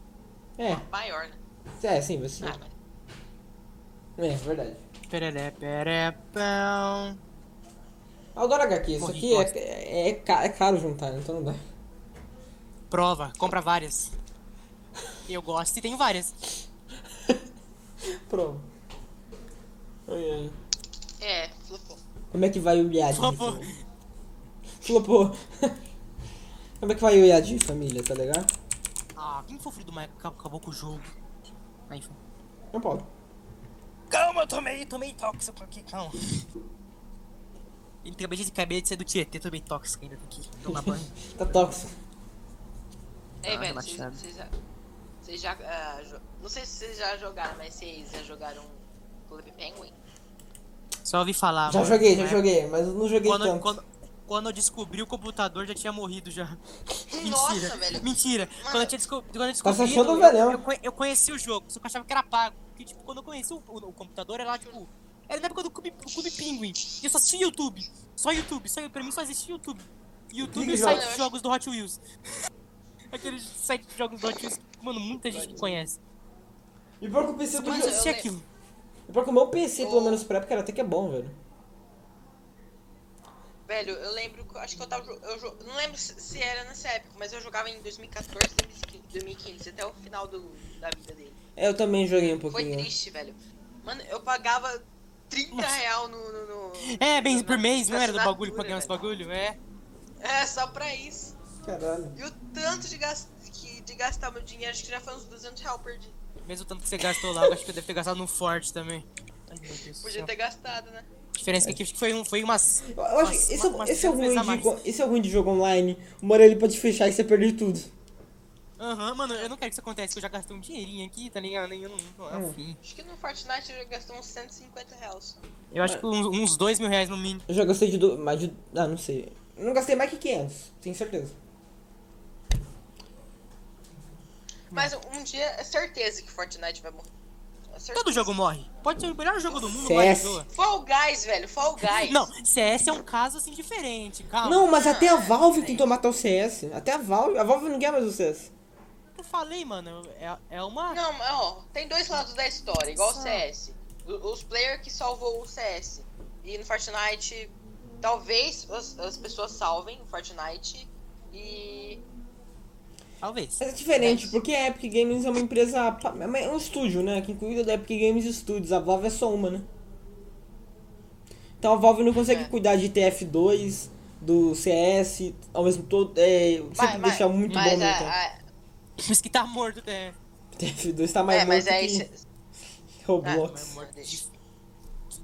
É, maior, né? é, sim, você. Ah, mas- É, verdade. Pereré, pereré, pão. Adoro HQ, isso Porra, aqui é, é, é ca- é caro juntar, então não dá. Prova, compra várias. Eu gosto e tenho várias. Pronto. Ai, ai. É, flopou. Como é que vai o Yadi? Flopou. família? Flopou. Como é que vai o Yadi, família, tá legal? Ah, quem foi o filho do Michael que acabou com o jogo? Aí foi. Não pode. Calma, eu tomei, tomei tóxico aqui, calma. Ele acabei de, acabei de ser do Tietê, tomei tóxico ainda, tem que tomar banho. Tá tóxico. Ei, Ah, É, velho, vocês- relaxado. vocês já. Vocês já. ah, jo- Não sei se vocês já jogaram, mas vocês já jogaram Club Penguin? Só ouvi falar. Já mano. joguei, já Mas joguei, mas eu não joguei é? Quando, tanto. quando, quando eu descobri o computador, já tinha morrido já. Nossa, Mentira, velho. Mentira. Mano. Quando eu, tinha desco- quando eu Tá descobri. se achando eu, velhão. eu conhe- eu conheci o jogo, só que eu achava que era pago. Porque, tipo, quando eu conheci o, o- o computador, era lá, tipo. Era na época do Clube, do Clube Pinguim. E eu só assistia YouTube. Só YouTube. Só, pra mim só existia YouTube. YouTube Que e o site jogo? de jogos do Hot Wheels. Aquele site de jogos do Hot Wheels que, mano, muita gente conhece. E pior que o PC Eu do só Mano, jogo. assistia eu aquilo. E pior que o meu PC, pelo Eu- menos pra época, era até que é bom, velho. Velho, eu lembro que eu acho que eu tava. jo- Eu jo- não lembro se se era nessa época, mas eu jogava em 2014, 2015, 2015 até o final do, da vida dele. É, Eu também joguei um Foi pouquinho. triste, velho. Mano, eu pagava 30 real no. no, no- É, bem na- por mês, não na era do bagulho pra assinatura, ganhar os velho. bagulho? É. É, só pra isso. Caralho. E o tanto de, gas- que- de gastar meu dinheiro, acho que já foi uns 200 real perdido. Mesmo tanto que você gastou lá, eu acho que eu devo ter gastado no Forte também. Ai, meu Deus do Podia céu. ter gastado, né? A diferença é que acho que foi, um, foi umas. Eu eu acho que umas- esse, é- umas esse é o três ruim vezes a de, mais. go- esse é o ruim de jogo online. Uma hora ele pode fechar e você perde tudo. Aham, mano, eu não quero que isso aconteça, que eu já gastei um dinheirinho aqui, tá ligado? Nem eu não, não é Hum. o fim. Acho que no Fortnite eu já gastou uns 150 reais. Eu acho que uns, uns dois mil reais no mínimo. Eu já gastei de do... mais de. Ah, não sei. Eu Não gastei mais que 500, tenho certeza. Mas um dia é certeza que Fortnite vai morrer. É certeza. Todo jogo morre. Pode ser o melhor jogo do mundo, CS. mas zoa. Fall Guys, velho, Fall Guys. Não, CS é um caso assim diferente, calma. Não, mas até ah, a Valve tentou matar o CS. Até a Valve. A Valve não quer mais o CS. Eu falei, mano, é, é uma. Não, mas, ó, tem dois lados da história, igual o Só. CS. O- Os players que salvou o CS. E no Fortnite, talvez as, as pessoas salvem o Fortnite. E. Talvez. Mas é diferente, porque a Epic Games é uma empresa. pa- É uma- é um estúdio, né? Que cuida da Epic Games Studios. A Valve é só uma, né? Então a Valve não consegue É. cuidar de TF2, do CS, ao mesmo todo. É, sempre Mas- mas- deixar muito mas é, bom né, então. no a- tempo. a- Por isso que tá morto, né? TF2 tá mais É, mas morto aí. que cê- Roblox. Ah, mas-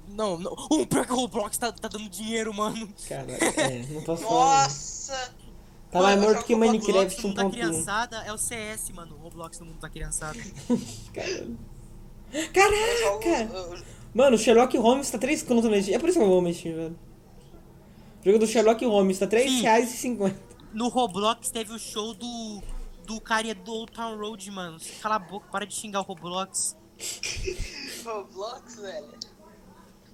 Não, não. O pior que o Roblox tá, tá dando dinheiro, mano. Cara, é, não posso falar. nada. Nossa! Tá mais mano, morto que um eu jogo O Roblox Minecraft no mundo da 1.1. criançada é o CS, mano. O Roblox no mundo da criançada. Caralho. Eu jogo- Caraca! eu- eu- Mano, o Sherlock Holmes tá 3 conto na Steam. É por isso que eu vou mexer, velho. O jogo do Sherlock Holmes tá Sim. R$3,50. No Roblox teve o show do. Do carinha do Old Town Road, mano. Cala a boca, para de xingar o Roblox. Roblox, velho.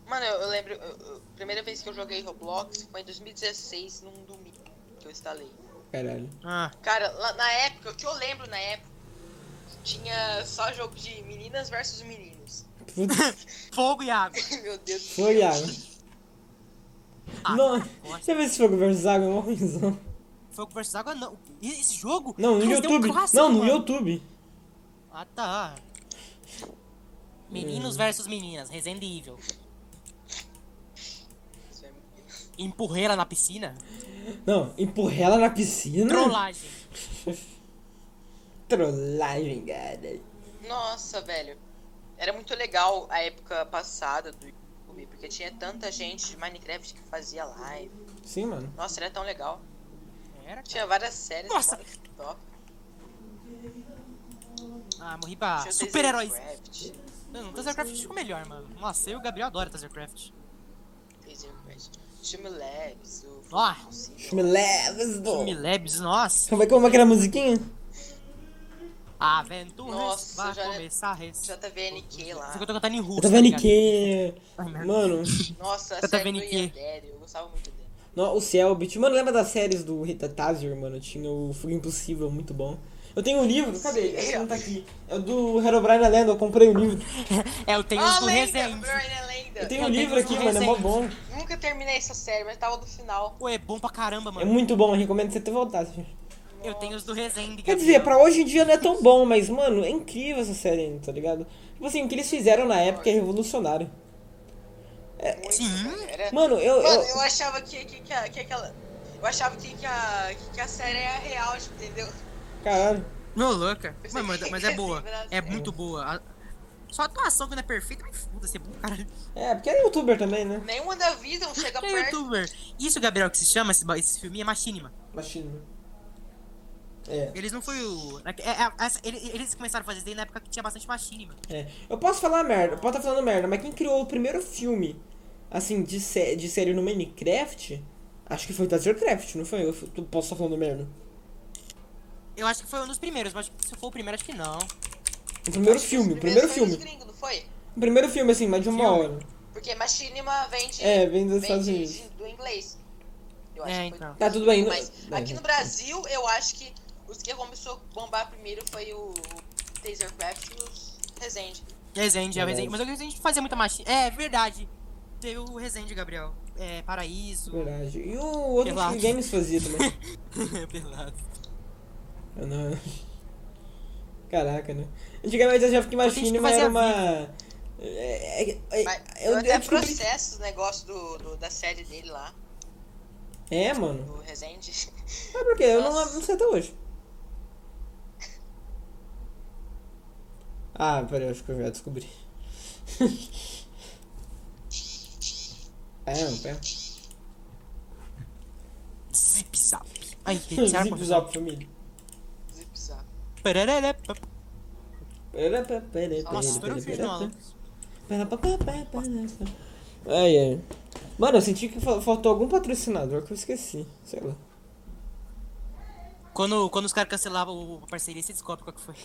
Mano, eu, eu lembro. eu- eu- a primeira vez que eu joguei Roblox foi em 2016, num domingo que eu instalei. Caralho. Ah, Cara, lá na época, o que eu lembro na época, tinha só jogo de meninas versus meninos. Putz, fogo e água. Meu Deus do foi céu. água. Ah, Não, bosta. você vê esse fogo versus água, é uma ruimzão. Fogo vs água não. E Esse jogo? Não, no Cara, isso é um YouTube. clássico, Não, no mano. YouTube. Hum. Ah, tá. Meninos versus meninas, Resident Evil. Isso é muito- Empurrei ela na piscina. Não, empurrei ela na piscina. Trollagem. Trollagem, cara. Nossa, velho. Era muito legal a época passada do YouTube, porque tinha tanta gente de Minecraft que fazia live. Sim, mano. Nossa, era tão legal. Era, cara. Tinha várias séries. Nossa. mano, que top. Ah, morri pra Tinha Taser né? super-heróis. Craft, Não, Tasercraft ficou melhor, mano. Nossa, eu e o Gabriel adora Tasercraft. Taser Laser, mas Shumi Labs, o Ah. Shumi Labs, do. Filme Labs, nossa. Como é, como é que era a musiquinha? A aventura Nossa, vai já- começar a res... JVNQ lá. Só que eu tô cantando em russo. Eu tava tá ligado? NQ. Ai, merda. Mano, Nossa, a JVNQ. série do Yandere, eu gostava muito dele. no- o Cellbit. Mano, lembra das séries do Rita Tazer, mano? Tinha o Fuga Impossível, muito bom. Eu tenho um livro, cadê? ele? Ele não tá aqui. É o do Herobrine Land, eu comprei o livro. É, eu tenho Ah, os do lenda! Resende. Brian é lenda! Eu tenho um Eu tenho livro aqui, os mano, é mó recentes. bom. Nunca terminei essa série, mas tava do final. Pô, é bom pra caramba, É mano. muito bom, eu recomendo você ter voltado. Eu tenho os do Resende. Quer dizer, pra hoje em dia não é tão bom, mas, mano, é incrível essa série, ainda, tá ligado? Tipo assim, o que eles fizeram na época é revolucionário. Muito, Sim. cara, era- É, Mano, eu. Mano, eu- eu achava que, que, que, a- que aquela. Eu achava que, que, a, que, que a série é a real, tipo, entendeu? Caralho. Não, louca. Pensei Mano, mas, que mas ia é ser boa. É brasileiro. muito boa. A- Só a atuação que não é perfeita, mas foda-se, é bom, cara. É, porque era youtuber também, né? Nenhuma da vida chega É Tá perto. youtuber. Isso, Gabriel, que se chama esse, ba- esse filminho é Machinima. Machine. É. Eles não foi o. é- é- é- essa- ele- eles começaram a fazer isso daí na época que tinha bastante Machinima. É. Eu posso falar merda, eu posso estar falando merda, mas quem criou o primeiro filme, assim, de, sé de série no Minecraft, acho que foi o Tazercraft, não foi? Eu f- tu- posso estar falando merda. Eu acho que foi um dos primeiros, mas se for o primeiro, acho que não. O primeiro Acho que filme, os o primeiro primeiros filme. foi dos gringos, não foi? O primeiro filme, assim, mais de uma Filme. hora. Porque Machinima vem de. É, vem dos de- Estados de- Unidos. do inglês. Eu É, que foi então. do- Tá, tudo bem, não- Mas é. aqui no Brasil, eu acho que os que começou a bombar primeiro foi o Tasercraft e os Resende. Resende, é o Verdade. Resende. Mas o Resende fazia muita Machinima. É, verdade. Teve o Resende, Gabriel. É, Paraíso. Verdade. E o outro Relaxa. que games fazia também. Pelado. Eu não... Caraca, né? Antigamente eu já fiquei Tem gente machine, que mas fazia era uma. É, é, é, Mas eu, eu até descobri- processo o negócio do, do- da série dele lá, É, mano. do Resende. Mas por quê? Eu não, Nossa. não sei até hoje. Ah, peraí, acho que eu já descobri. é, não, pera. Zip zap. Ai, retiraram Zip pra- zap, família. Zip zap. Pereré, Pera, pera, pera, pera, Nossa, pera, estourou o pera, vídeo, maluco. pera, pera, pera, pera, pera. Ai, ai. Mano, eu senti que fal- faltou algum patrocinador que eu esqueci. Sei lá. Quando, quando os caras cancelavam o- a parceria, você descobre qual que foi.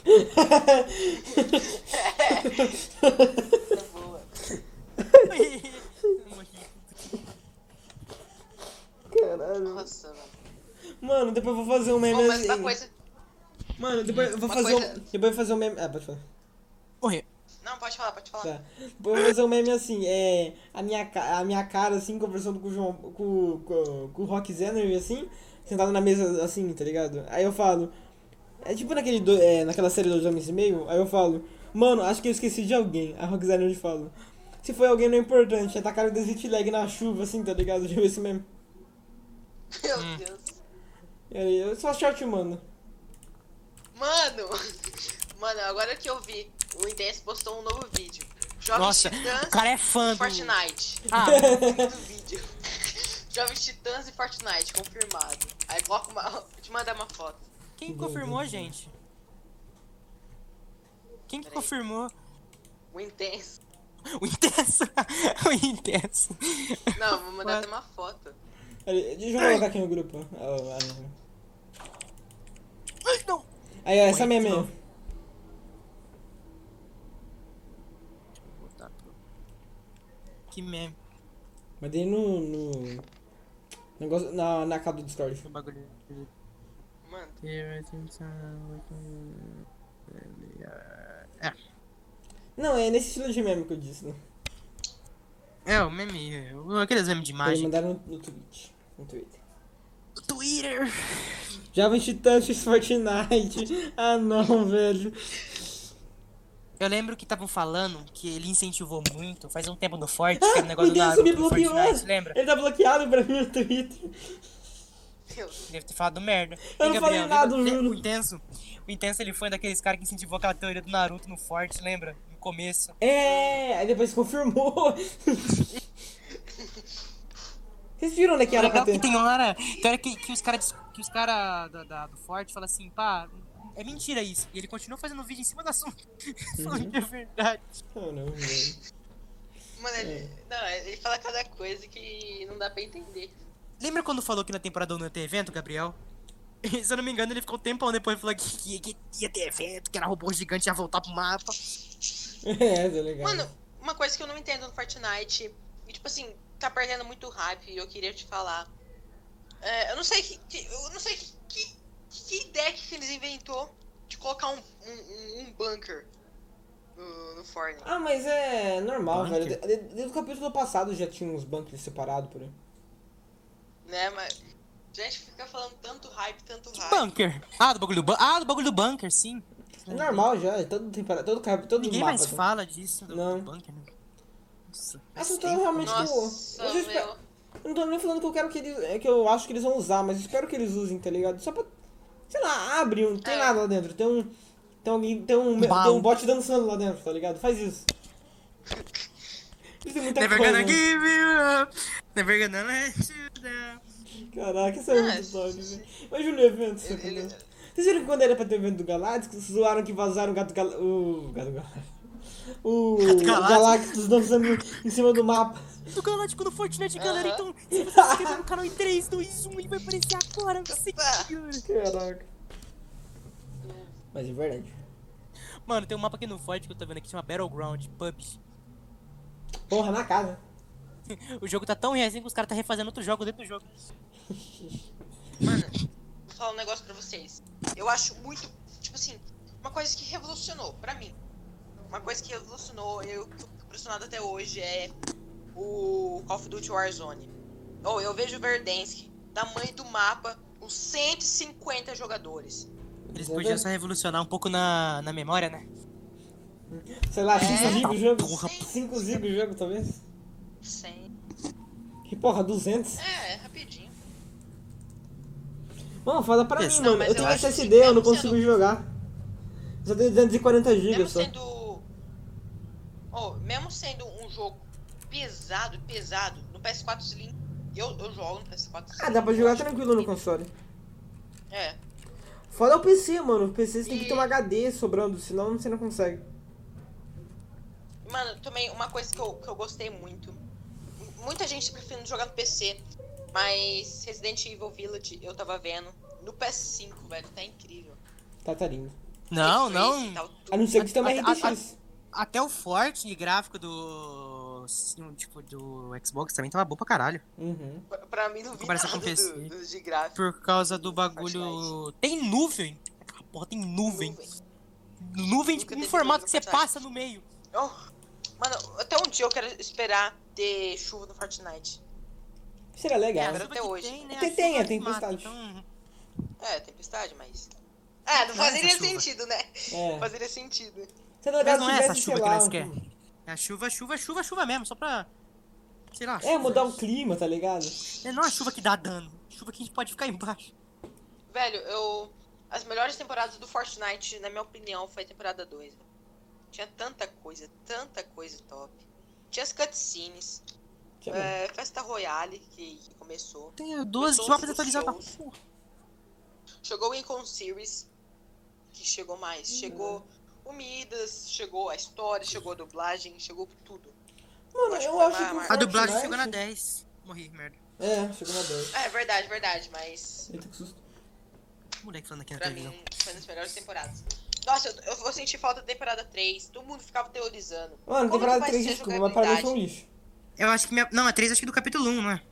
Tá boa. Caralho. Nossa, mano. Mano, depois eu vou fazer um meme Bom, mas assim. uma coisa. Mano, depois eu vou Uma fazer coisa- um. Depois eu vou fazer um meme. Ah, pode falar. Morreu. Não, pode falar, pode falar. Tá. Depois eu vou fazer um meme assim, é. A minha, ca- a minha cara assim, conversando com o João. Com, com, com o Rock Zener assim, sentado na mesa assim, tá ligado? Aí eu falo. É tipo naquele do- é, naquela série dos homens e meio, aí eu falo, mano, acho que eu esqueci de alguém. A Rock Zener fala. Se foi alguém não é importante, atacaram o Desit Lag na chuva, assim, tá ligado? Já viu esse meme? Meu Hum. Deus. E aí, eu só short, mano. Mano! Mano, agora que eu vi, o Intense postou um novo vídeo. Jovens Nossa, Titãs o cara é fã e do... Fortnite. Ah, Lindo vídeo. Jovens Titãs e Fortnite, confirmado. Aí coloca uma. Vou te mandar uma foto. quem confirmou, gente? Quem que Peraí. confirmou? O Intense. O intenso. o intenso. Não, vou mandar What? até uma foto. Peraí, Deixa eu colocar aqui no grupo. Ah, ah, não. Ai, não. Aí, ó, essa Põe meme. de ó. novo. Vou botar pro- Que meme. Mandei no. no... Negócio, na, na capa do Discord. O bagulho. Mano, Não, é nesse estilo de meme que eu disse, né? É, o meme. o- Aqueles memes de Eles imagem. mandaram no, no Twitch. No Twitter. Twitter. Java Titãs X Fortnite. Ah não, velho. Eu lembro que estavam falando que ele incentivou muito, faz um tempo no Forte, que era um Meu negócio do Deus, você Naruto me do Ah, bloqueou! Fortnite, lembra? Ele tá bloqueado pra mim no Twitter. meu Deus. Deve ter falado merda. Eu E, não falei Gabriel, nada, lembra- juro. O Intenso, o Intenso ele foi um daqueles caras que incentivou aquela teoria do Naruto no Forte, lembra? No começo. É, aí depois confirmou. Vocês viram é O daquela legal KT? que tem hora, tem hora que, que os caras que os cara da- da- do Forte falam assim, pá, é mentira isso. E ele Uhum. continua fazendo vídeo em cima do assunto, falando que é verdade. Ah não, velho. Mano, ele, não, ele fala cada coisa que não dá pra entender. Lembra quando falou que na temporada 1 não ia ter evento, Gabriel? Se eu não me engano, ele ficou um tempão depois falando que, que- que ia ter evento, que era robô gigante ia voltar pro mapa. é, tá ligado. Mano, uma coisa que eu não entendo no Fortnite, e tipo assim, tá perdendo muito hype, e eu queria te falar. É, eu não sei que. que- eu não sei que, que, que ideia que eles inventou de colocar um, um, um bunker no, no Fortnite. Ah, mas é normal, Bunker? velho. De- de- Desde o capítulo passado já tinha uns bunkers separados por aí. Né, mas. Gente, fica falando tanto hype, tanto hype. Bunker. Ah, do bagulho do, bu- ah, do, bagulho do bunker, sim. É normal já, é todo temporada, todo cap, todo Uhum. Ninguém mapa. mais tem. fala disso do, Não. do bunker, né? Nossa, Mas faz eu tô tempo. realmente Nossa, com. Eu, já espero- meu. eu não tô nem falando que eu quero que eles. é que eu acho que eles vão usar, mas espero que eles usem, tá ligado? Só pra. Sei lá, abre um. Tem É. nada lá dentro. Tem um. Tem alguém. Tem um. Uau. Tem um bot dançando lá dentro, tá ligado? Faz isso. Isso é muita Never coisa. gonna give you up. Never gonna let you down. Caraca, isso é Ah, muito top, velho. Imagina o evento, isso Ele- é. acontece. Vocês viram que quando era pra ter o evento do Galactus, zoaram que vazaram o gato gal... O gato Galactus. O Gato Galactus. Galactus dançando em cima do mapa. do Galáctico do Fortnite, galera. Aham. Então, se você se inscrever no canal em 3, 2, 1 e vai aparecer agora. Você Opa. jura? Caraca. Mas é verdade. Mano, tem um mapa aqui no Fortnite que eu tô vendo aqui, chama Battleground Pubs. Porra, na casa. O jogo tá tão reazinho que os caras tá refazendo outro jogo dentro do jogo. Mano, vou falar um negócio pra vocês. Eu acho muito. Tipo assim, uma coisa que revolucionou, pra mim. Uma coisa que revolucionou, eu tô impressionado até hoje, é o Call of Duty Warzone. Ou eu vejo o Verdansk, tamanho do mapa, uns 150 jogadores. Eles podiam só revolucionar um pouco na, na memória, né? Sei lá, 5 É? zigo o jogo. Porra. 5 zigo o jogo, talvez. 100. Que porra, 200? É, é rapidinho. Mano, fala pra mim, Não, mano. mas Eu eu tenho acho que é um SSD, eu não mesmo consigo jogar. Só tenho 240 GB Mesmo só. sendo. Oh, mesmo sendo um jogo pesado, pesado, no PS4 Slim. Eu, eu jogo no PS4 Slim. Ah, dá pra eu jogar acho tranquilo no bonito. console. É. Fora o PC, mano. O PC você tem que E- ter um HD sobrando, senão você não consegue. Mano, também uma coisa que eu, que eu gostei muito. M- Muita gente prefere jogar no PC, mas Resident Evil Village eu tava vendo no PS5, velho, tá incrível. Tá, tá lindo. Não, Ray tracing e não. tal, tudo. A não ser que você tenha uma A- a- RTX. então. Até o forte gráfico do. sim, Tipo, do Xbox também tava bom pra caralho. Uhum. Pra- Pra mim não vi Comparação nada com PC. do, do- de gráfico. Por causa do bagulho. Tem nuvem. Aquela porra tem nuvem. Nuvem, Nunca tipo, um teve formato nuvem que você no Fortnite. passa no meio. Oh, mano, até um dia eu quero esperar ter chuva no Fortnite. Seria legal. É, Chuva até que hoje. Tem, né? Tem- a tem, chuva é, tem que mata, tempestade. então, É, tempestade, mas. É, não Não é essa fazeria chuva. sentido, né? É. Fazeria sentido. Seria legal Mas se não é essa tivesse, sei chuva que lá, nós um- quer. É a chuva, chuva, chuva, chuva mesmo, só pra. Sei lá. É, mudar o clima, tá ligado? É não a chuva que dá dano. Chuva que a gente pode ficar embaixo. Velho, eu. As melhores temporadas do Fortnite, na minha opinião, foi a temporada 2. velho. Tinha tanta coisa, tanta coisa top. Tinha as cutscenes, Tinha mesmo. é, Festa Royale, que, que começou. Tem 12 Shows, que mapas atualizados tá? pra shows. porra. Chegou o Incon Series, que chegou mais. Chegou o Midas, chegou a história, chegou a dublagem, chegou tudo. Mano, acho eu que acho foi que. o uma- A Fortnite. dublagem chegou na né? Fortnite- 10. Morri, merda. É, chegou na 10. É verdade, verdade, mas. Eita, que susto. Moleque falando aqui na Pra televisão. mim, foi das melhores temporadas. Nossa, eu, eu vou sentir falta da temporada 3. Todo mundo ficava teorizando. Mano, Como temporada que vai 3, ser a desculpa, mas pra mim foi um jogabilidade? lixo. Eu acho que minha. Não, a 3 acho que do capítulo 1, né?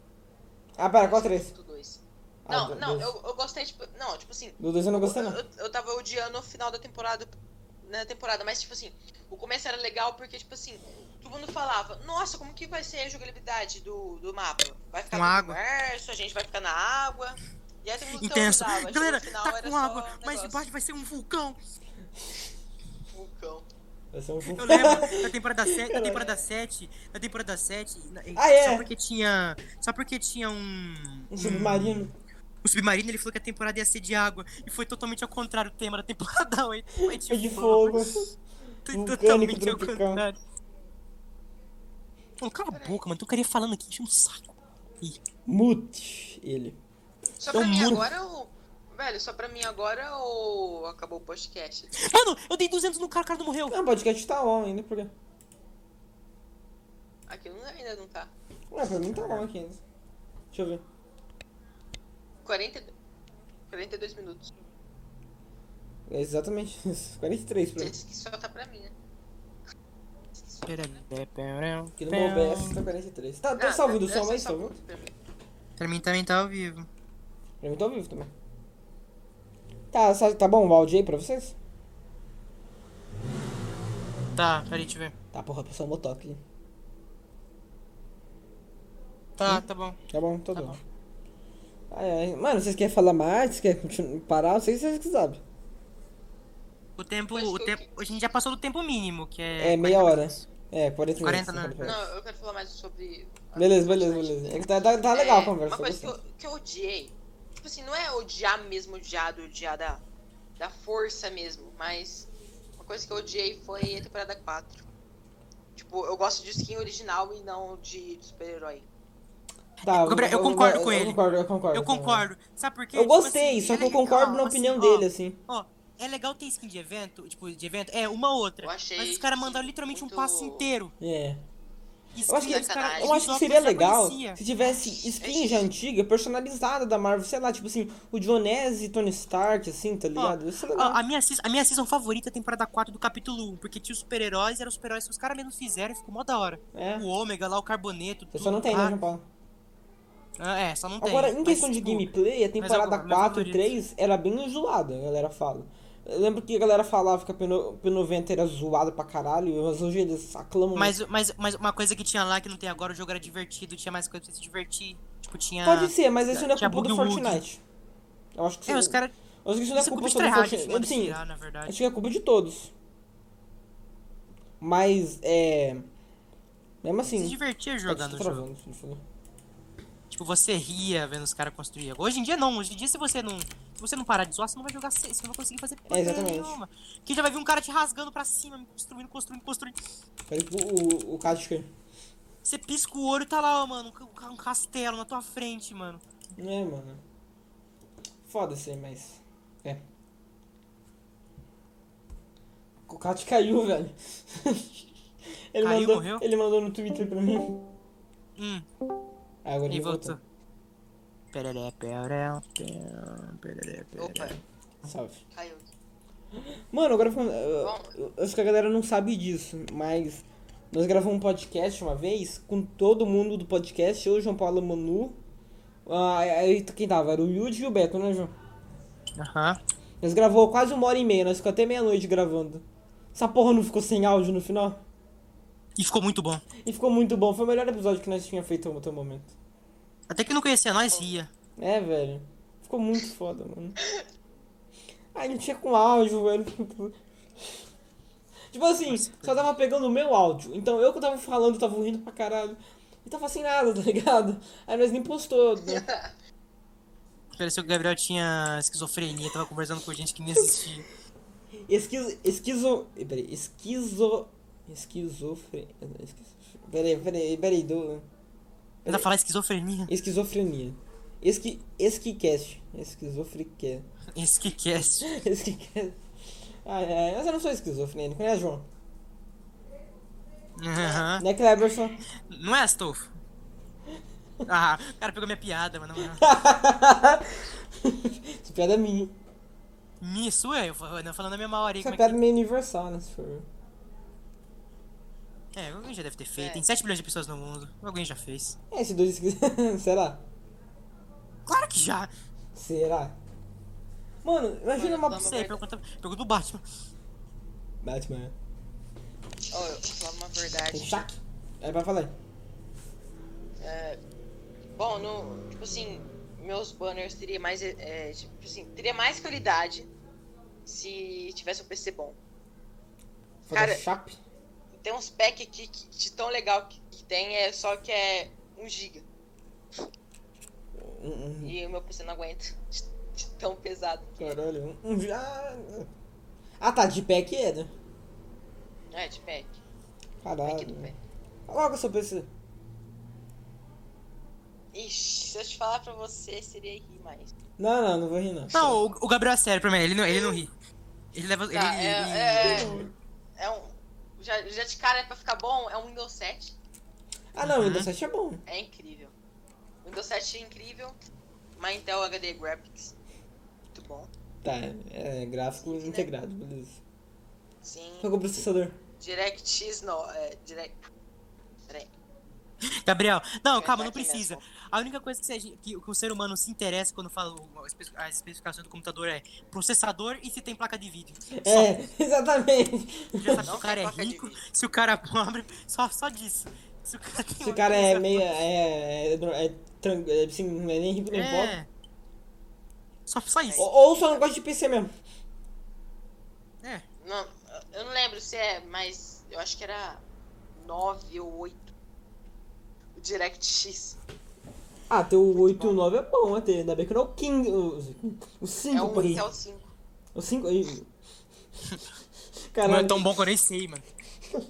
Ah, pera, qual 3? Do dois. Ah, Não, do- não, dois. eu, eu gostei, tipo. Não, tipo assim. Do 2 eu não gostei, Eu, não. eu, eu tava odiando o final da temporada. Na temporada, mas tipo assim, o começo era legal porque, tipo assim, todo mundo falava, nossa, como que vai ser a jogabilidade do, do mapa? Vai ficar Com água. imerso, a gente vai ficar na água. E aí todo mundo Intenso. teorizava, chegou Galera, no final, tá era com só água, um mas negócio. debaixo vai ser um vulcão. Vulcão. Vai ser um Eu lembro da temporada 7, da Caralho. temporada 7, da temporada 7, na- Ah, é? só porque tinha, só porque tinha um Um submarino. O submarino ele falou que a temporada ia ser de água e foi totalmente ao contrário o tema da temporada 8. Foi de, Foi de fogo. Foi vulcânico totalmente ao tropical. contrário. Mano, cala a boca, mano. Tu queria falando aqui, enche um saco. Mute ele. Só Então, pra mim muro. agora o. Velho, só pra mim agora é o. Acabou o podcast. Ah, Mano, eu dei 200 no cara, o cara não morreu. Não, o podcast tá on ainda, porque. Aquilo ainda não tá. Ué, pra mim tá bom aqui ainda. Deixa eu ver. 40, 42 minutos. É exatamente isso. 43 pra mim. Esse que só tá pra mim, né? Aqui no meu OBS tá 43. Tá, Ah, tá salvo do som, mas tá ouvindo? Pra mim também tá ao vivo. Pra mim tá ao vivo também. Tá, sa- tá bom o áudio aí pra vocês? Tá, peraí, deixa eu ver. Tá, porra, passou o motoque. Tá, tá bom. Tá bom, tá, Tá bom. bom. Ai, ai. Mano, vocês querem falar mais? Vocês querem continuar, parar? Não sei se vocês que sabem. O tempo, Mas o tu- tempo, a gente já passou do tempo mínimo, que é... É, meia 40 hora. minutos. né? É, 40 minutos. 40 não. Não, eu quero falar mais sobre. Beleza, beleza, beleza. É que tá, tá, tá legal É, a conversa. Uma coisa que gostei. eu, que eu odiei. Tipo assim, não é odiar mesmo, odiar do odiar da, da força mesmo, mas uma coisa que eu odiei foi a temporada 4. Tipo, eu gosto de skin original e não de, de super-herói. Tá, Gabriel, eu concordo eu com ele. Concordo, eu concordo. Eu concordo. Sabe por quê? Eu Tipo gostei, assim, só é que eu legal, concordo na assim, opinião ó, dele, assim. Ó, é legal ter skin de evento, tipo, de evento, é, uma ou outra. Eu achei, mas os caras mandaram assim, literalmente um muito- passo inteiro. É. Skin, Eu acho que, os caras- eu acho que Ubisoft seria já legal conhecia. se tivesse skin já antiga, personalizada da Marvel, sei lá, tipo assim, o Dionese e Tony Stark, assim, tá ligado? Isso é Ó, legal. a, minha season, a minha season favorita é a temporada 4 do capítulo 1, porque tinha os super-heróis, eram os super-heros que os caras mesmo fizeram e ficou mó da hora. É. O ômega lá, o carboneto, Você tudo. só não tem, né, lá. João Paulo? Ah, É, só não tem. Agora, em Mas, questão de tipo, gameplay, a temporada alguma- mas 4 e favorito. 3 era bem zoada, a galera fala. Eu lembro que a galera falava que a P90 P90 era zoada pra caralho, mas hoje eles aclamam. Mas, mas, mas uma coisa que tinha lá que não tem agora, o jogo era divertido, tinha mais coisa pra você se divertir. Tipo, tinha. Pode ser, mas isso não é tinha culpa do bug wood. Fortnite. Eu acho que É, os caras. Eu acho que isso não é Isso é né? culpa culpa de só do Tryhard, Fortnite. mano, Assim, tirar, na verdade. Acho que é culpa de todos. Mas, é. Mesmo assim. Se divertia Tá jogando o jogo. travando, por favor. Tipo, você ria vendo os caras construir. Hoje em dia não, hoje em dia se você não. Se você não parar de zoar, você não vai jogar. se- Você não vai conseguir fazer porra exatamente. nenhuma. Que já vai vir um cara te rasgando pra cima, construindo, construindo, construindo. Peraí, o, o, o Katka. Você pisca o olho e tá lá, ó, mano, um ca- um castelo na tua frente, mano. É, mano. Foda-se, mas. É. O Kat caiu, velho. ele, Caiu, mandou, morreu? ele mandou no Twitter pra mim. Hum, Ah, agora e ele voltou. voltou. Pereré, pereré, pereré, pereré, É. Opa, pereré. Salve. caiu. Mano, agora ficando- eu, eu- eu acho que a galera não sabe disso, mas nós gravamos um podcast uma vez com todo mundo do podcast, eu, João Paulo Manu. ah, Aí quem tava? Era o Yud e o Beto, né, João? Aham. Nós gravou quase uma hora e meia, nós ficamos até meia-noite gravando. Essa porra não ficou sem áudio no final? E ficou muito bom. E ficou muito bom, foi o melhor episódio que nós tínhamos feito até o momento. Até que não conhecia nós, ria. É, velho. Ficou muito foda, mano. Ai, não tinha com áudio, velho. Tipo assim, só tava pegando o meu áudio. Então eu que tava falando, tava rindo pra caralho. E tava sem nada, tá ligado? Aí nós nem postou. Né? Pareceu que o Gabriel tinha esquizofrenia, tava conversando com gente que nem assistia. Esquizo. Esquizo. eh, Peraí, esquizo. Esquizofre. esquizo- Peraí, peraí, peraí. Do... Ainda falar esquizofrenia? Esquizofrenia. Esqui. Esquicast. Esquizofrique. Esse que cast. Esquicast. Ai, ai, mas eu não sou esquizofrênico, né, João? Ah. Aham. Né, Cleberson? Não é, Astolfo? Ah, o cara pegou minha piada, mano. Essa piada é minha. Minha, sua? é, Eu fa- não falando a mesma hora aí. Essa Como é, piada é que... meio universal, né? Se for. ver. é, alguém já deve ter feito. É. Tem 7 bilhões de pessoas no mundo. Alguém já fez. É, se dois quiser. Será? Claro que já. Será? Mano, imagina uma. Não sei, pergunta, pergunta do Batman. Batman. Ó, eu vou falar uma Tem verdade. chaque. É pra falar. É, bom, no, tipo assim, meus banners teria mais, é, tipo assim, teria mais qualidade se tivesse um PC bom. Cara- Photoshop. Tem uns packs aqui que, de tão legal que, que tem, é só que é 1 GB. Um- um- E o meu PC não aguenta de, de tão pesado que é. Caralho. um- um- Ah, ah, tá, de pé que é, né? É, de pack. Pack do pé. Caralho. Logo seu PC. Ixi, se eu te falar pra você, seria rir mais. Não, não, não vou rir, não. Não, o, o Gabriel é sério pra mim. Ele não, ele não ri. Ele leva. ele, Tá, ele- é, é, é um. Já, já de cara é pra ficar bom, é um Windows 7. Ah não, o Uhum. Windows 7 é bom. É incrível. Windows 7 é incrível. Uma Intel HD Graphics. Muito bom. Tá, é, é gráfico né? integrado, beleza. Sim. Qual que é o processador? DirectX não. É, direct... Peraí. Gabriel, não, É, calma, não vai aqui precisa. mesmo. A única coisa que, se a gente- que- que o ser humano se interessa quando fala o- as espe- as especificações do computador é processador e se tem placa de vídeo. Só É, exatamente. já sabe se Não o cara tem é placa de rico, vídeo. se o cara é pobre, só, só disso. Se o cara, tem Esse uma cara é coisa- meio. É. É. é, tran- é, assim, não é nem rico nem pobre. É. Só, só isso. Ou, ou só não gosta de PC mesmo. É. Não, eu não lembro se é, mas eu acho que era 9 ou 8. O DirectX. Ah, teu 8 e o 9 é bom até. Ainda bem que não é o 15. O, o 5 É um por aí. Intel 5. O 5 aí. Não Caralho. é tão bom que eu nem sei, mano. Não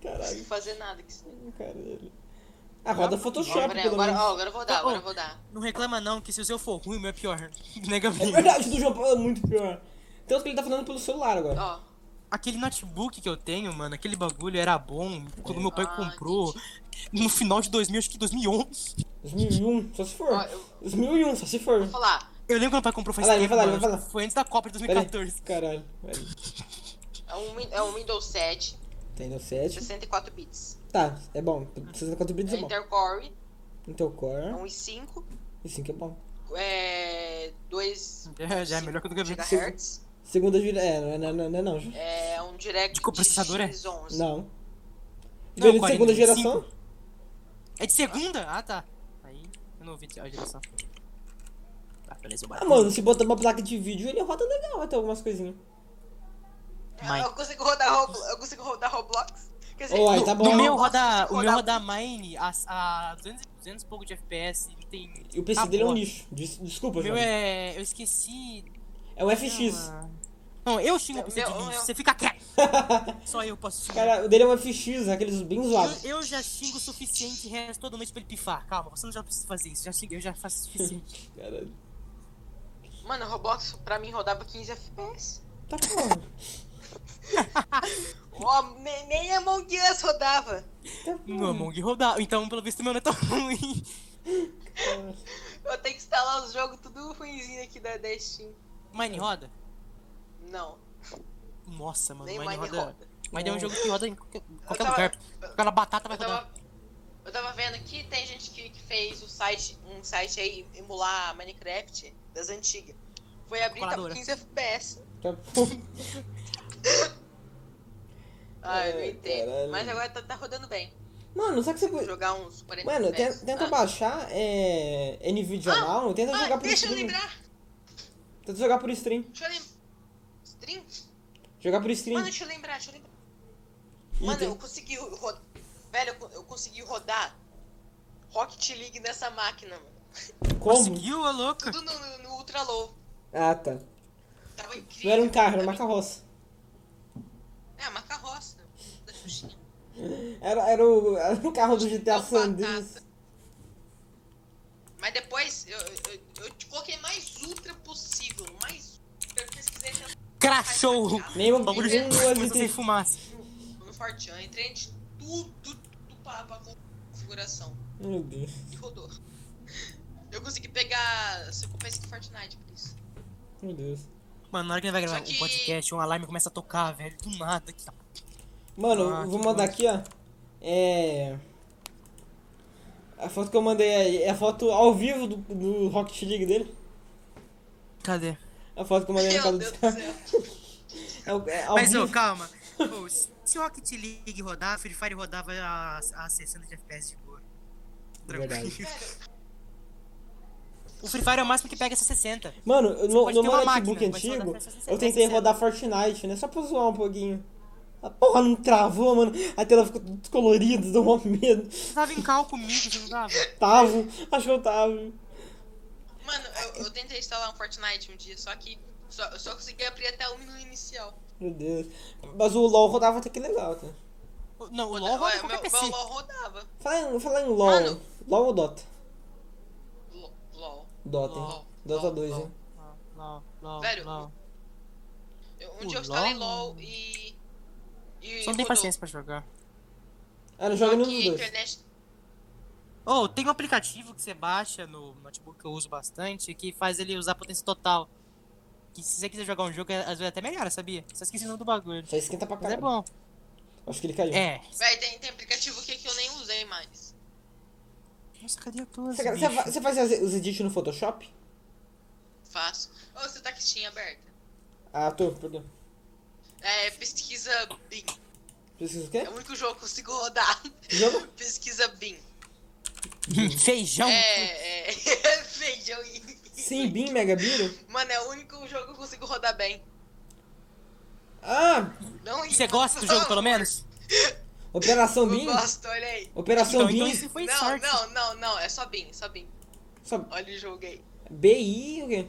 Caralho, consigo fazer nada com isso. daí. caralho. Ah, roda Ó, Photoshop, peraí, pelo agora, menos. Tá ó, agora eu vou dar, Ô, agora ô. eu vou dar. Não reclama não, que se o seu for ruim, o meu é pior. Né, Gabriel? É verdade, o do João Paulo é muito pior. Tanto que ele tá falando pelo celular agora. Ó, Aquele notebook que eu tenho, mano, aquele bagulho era bom. Quando meu pai Ah, comprou, no final de 2000, acho que 2011. 2001, só se for. Ó, eu- 2001, só se for. vou falar. Eu lembro quando meu pai comprou faz Vai lá, tempo, vai lá, mano. vai lá. Foi antes da Copa de Pera aí. 2014. Caralho, velho. É um, Win- é um Windows 7, Tem no 7. 64 bits. Tá, é bom. 64 bits É é bom. Intel Core, Intel é Core. um i5, E 5 é bom. é 2 É, já é melhor que o do Gabriel. GHz, Segunda gira. É, não é não, não, é não. Ju. é um DirectX Desculpa, processador é? 11. Não. Não, Veio de segunda 45. geração? É de segunda? Ah, tá. Aí, eu não ouvi a direção. Tá, beleza, eu Ah, bato. mano, se botar uma placa de vídeo, ele roda legal até algumas coisinhas. Mine. Ah, Eu consigo rodar Roblox, eu consigo rodar Roblox. Quer dizer, Ô, aí no- tá bom. No meu eu posso roda, o meu rodar- roda Mine a, a 200, e- 200 e pouco de FPS. Não tem. E o PC tá dele é um bom. lixo. Des- Desculpa, O João. meu É... é. Eu esqueci. um FX. chama. Não, eu xingo o PC de Meu- lixo. meu- Você fica quieto. Só eu posso xingar. Cara, o dele é um FX, aqueles bem zoados. Eu, eu já xingo o suficiente o resto todo mês pra ele pifar. Calma, você não já precisa fazer isso. Já xinguei, eu já faço o suficiente. Cara, Mano, Roblox pra mim rodava 15 FPS. tá porra. Ó, ne- nem Among Us rodava. Tá No porra. Among rodar. Então, pelo visto, meu não é tão ruim. cara. Eu tenho que instalar os jogos tudo ruimzinho aqui da, da Steam. Mine roda? Não, Nossa, mano, nem Mine, Mine roda. roda. Mine é um jogo que roda em qualquer, qualquer tava- lugar. Aquela batata vai Eu rodar. tava, eu tava vendo que tem gente que, que fez o site, um site aí emular Minecraft das antigas. Foi abrir tá tava Coladora. 15 FPS. Tá porra. Ah, eu não Ai, entendo. caralho. Mas agora tá, tá rodando bem. Mano, sabe que você. Vou pode- jogar uns 40 Mano, FPS. tenta, tenta Ah. baixar é, NVIDIA Ah, Now, tenta Ah, jogar por deixa eu stream. lembrar. Tenta jogar por stream. Deixa eu lembrar. Stream? Jogar por stream. Mano, deixa eu lembrar, deixa eu lembrar. Ih, Mano, tem- eu consegui rodar. Velho, eu co- eu consegui rodar Rocket League nessa máquina, Como? mano. Conseguiu, ô louco? Tudo no, no- no Ultra Low. Ah, tá. Tava incrível. Não era um carro, era uma carroça. É, uma carroça. Da Xuxinha. Era, era, o, era o carro do GTA Não, San batata. Andreas. Mas depois eu, eu, eu te coloquei mais ultra possível. Mais ultra. Eu pesquisei no- Crashou! Nem o Bagulho nem de o coisa sem Aziz- fumaça. no Fortran. Entrei de tudo, tudo pra, pra configuração. Meu Deus. E rodou. Eu consegui pegar as recompensas do Fortnite por isso. Meu Deus. Mano, na hora que ele vai gravar Só que- um podcast, um alarme começa a tocar, velho. Do nada. Que tá... Mano, Ah, eu vou que mandar coisa. aqui, ó. É. A foto que eu mandei aí é a foto ao vivo do, do Rocket League dele. Cadê? A foto que eu mandei no Meu caso Deus do céu. É, o- é ao Mas, ô, vivo. calma. Ô, se se o Rocket League rodar, Free Fire rodava a, a 60 de FPS de boa. Verdade. Velho, O Free Fire é o máximo que pega essa 60. Mano, eu- no, pode no ter meu uma notebook máquina, mas só dá antigo, pra você- é eu pra tentei você- rodar Fortnite, né? Só pra zoar um pouquinho. A porra não travou, mano. A tela ficou tudo descolorida, deu um medo. Você tava em cal comigo, você não tava? Tava, acho que eu tava. Mano, eu, eu tentei instalar um Fortnite um dia, só que só, eu só consegui abrir até o menu inicial. Meu Deus. Mas o LOL rodava até que legal, tá? Não, o LoL roda em Ué, qualquer é, meu, PC. meu LOL rodava. Fala em, fala em LOL. Mano. LOL ou Dota? Lo- LOL. Dota, LOL, hein? Dota LOL, 2, LOL. hein? LOL, LOL, Velho, LOL. Eu- Um O dia eu instalei LOL? LOL e. e Só não tem rodou. paciência pra jogar. Ela Só Ah, joga nos que a dois. internet. Ou tem um aplicativo que você baixa no notebook que eu uso bastante que faz ele usar potência total. Que se você quiser jogar um jogo, é- às vezes até melhora, sabia? Só esqueci o nome do bagulho. Só esquenta pra Mas é caralho. bom. Acho que ele caiu. É. Véi, tem, tem aplicativo aqui que eu nem usei mais. Nossa, cadê a tua? Você, você, fa- você faz as- os edits no Photoshop? Faço. Ô, você tá com Steam aberta? Ah, tô, perdão. É, pesquisa Bin. Precisa o É quê? o único jogo que eu consigo rodar. Jogo? Pesquisa Bin. Feijão. É, é. Feijão e. Sim, Beam, Mega Beam? Mano, é o único jogo que eu consigo rodar bem. Ah, Não Você gosta do jogo, pelo menos? Operação Eu Beam? gosto, olha aí. Operação Então, então Beam? isso foi não, sorte. não, não, não, é só Bin, só Bin. Só Olha o jogo aí. BI, o quê?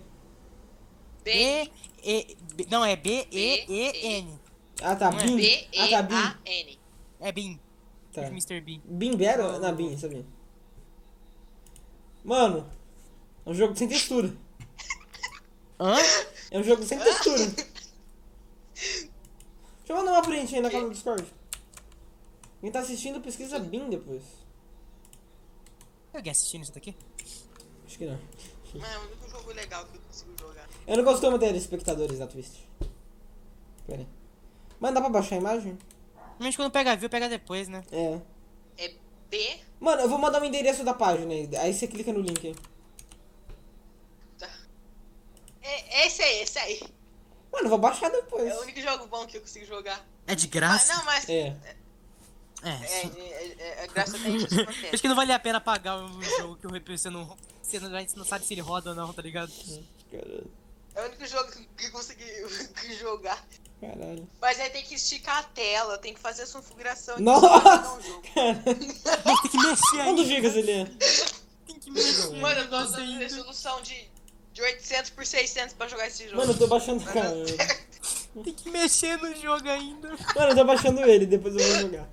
B, B, E, B- não, é B, E, E, N. Ah, tá, Não é Beam. B, Ah, E, tá, Beam. A, N. É Bean, Tá. Mr. Bean. Beam Battle? Na Beam, sabia? é Mano, é um jogo sem textura. Hã? É um jogo sem textura. Deixa eu mandar uma print aí na casa do Discord. Quem tá assistindo, pesquisa Beam depois. Tem alguém assistindo isso daqui? Acho que não. Mano, é o único jogo legal que eu consigo jogar. Eu não costumo ter espectadores na Twitch. Pera aí. Mas dá pra baixar a imagem? Mas quando pega view, pega depois, né? É. É B, Mano, eu vou mandar o endereço da página aí. Aí você clica no link aí. tá. É, esse aí, esse aí. Mano, eu vou baixar depois. É o único jogo bom que eu consigo jogar. É de Ah, graça? não, mas. É. É, É, sim. é, é, é, graças a Deus isso Acho acontece. que não vale a pena pagar um jogo que o Reaper você não. Você não, você não sabe se ele roda ou não, tá ligado? Caralho. É o único jogo que- que eu consegui que jogar. Caralho. Mas aí tem que esticar a tela, tem que fazer a configuração. aqui Nossa! pra jogar um jogo. Mas tem que mexer Quantos aí, gigas ele é? tem que mexer. Mano, eu tô Nossa, usando ainda. resolução de, de 800 por 600 pra jogar esse jogo. Mano, eu tô baixando. Mas Caralho. eu- Tem que mexer no jogo ainda. Mano, eu tô baixando ele, depois eu vou jogar.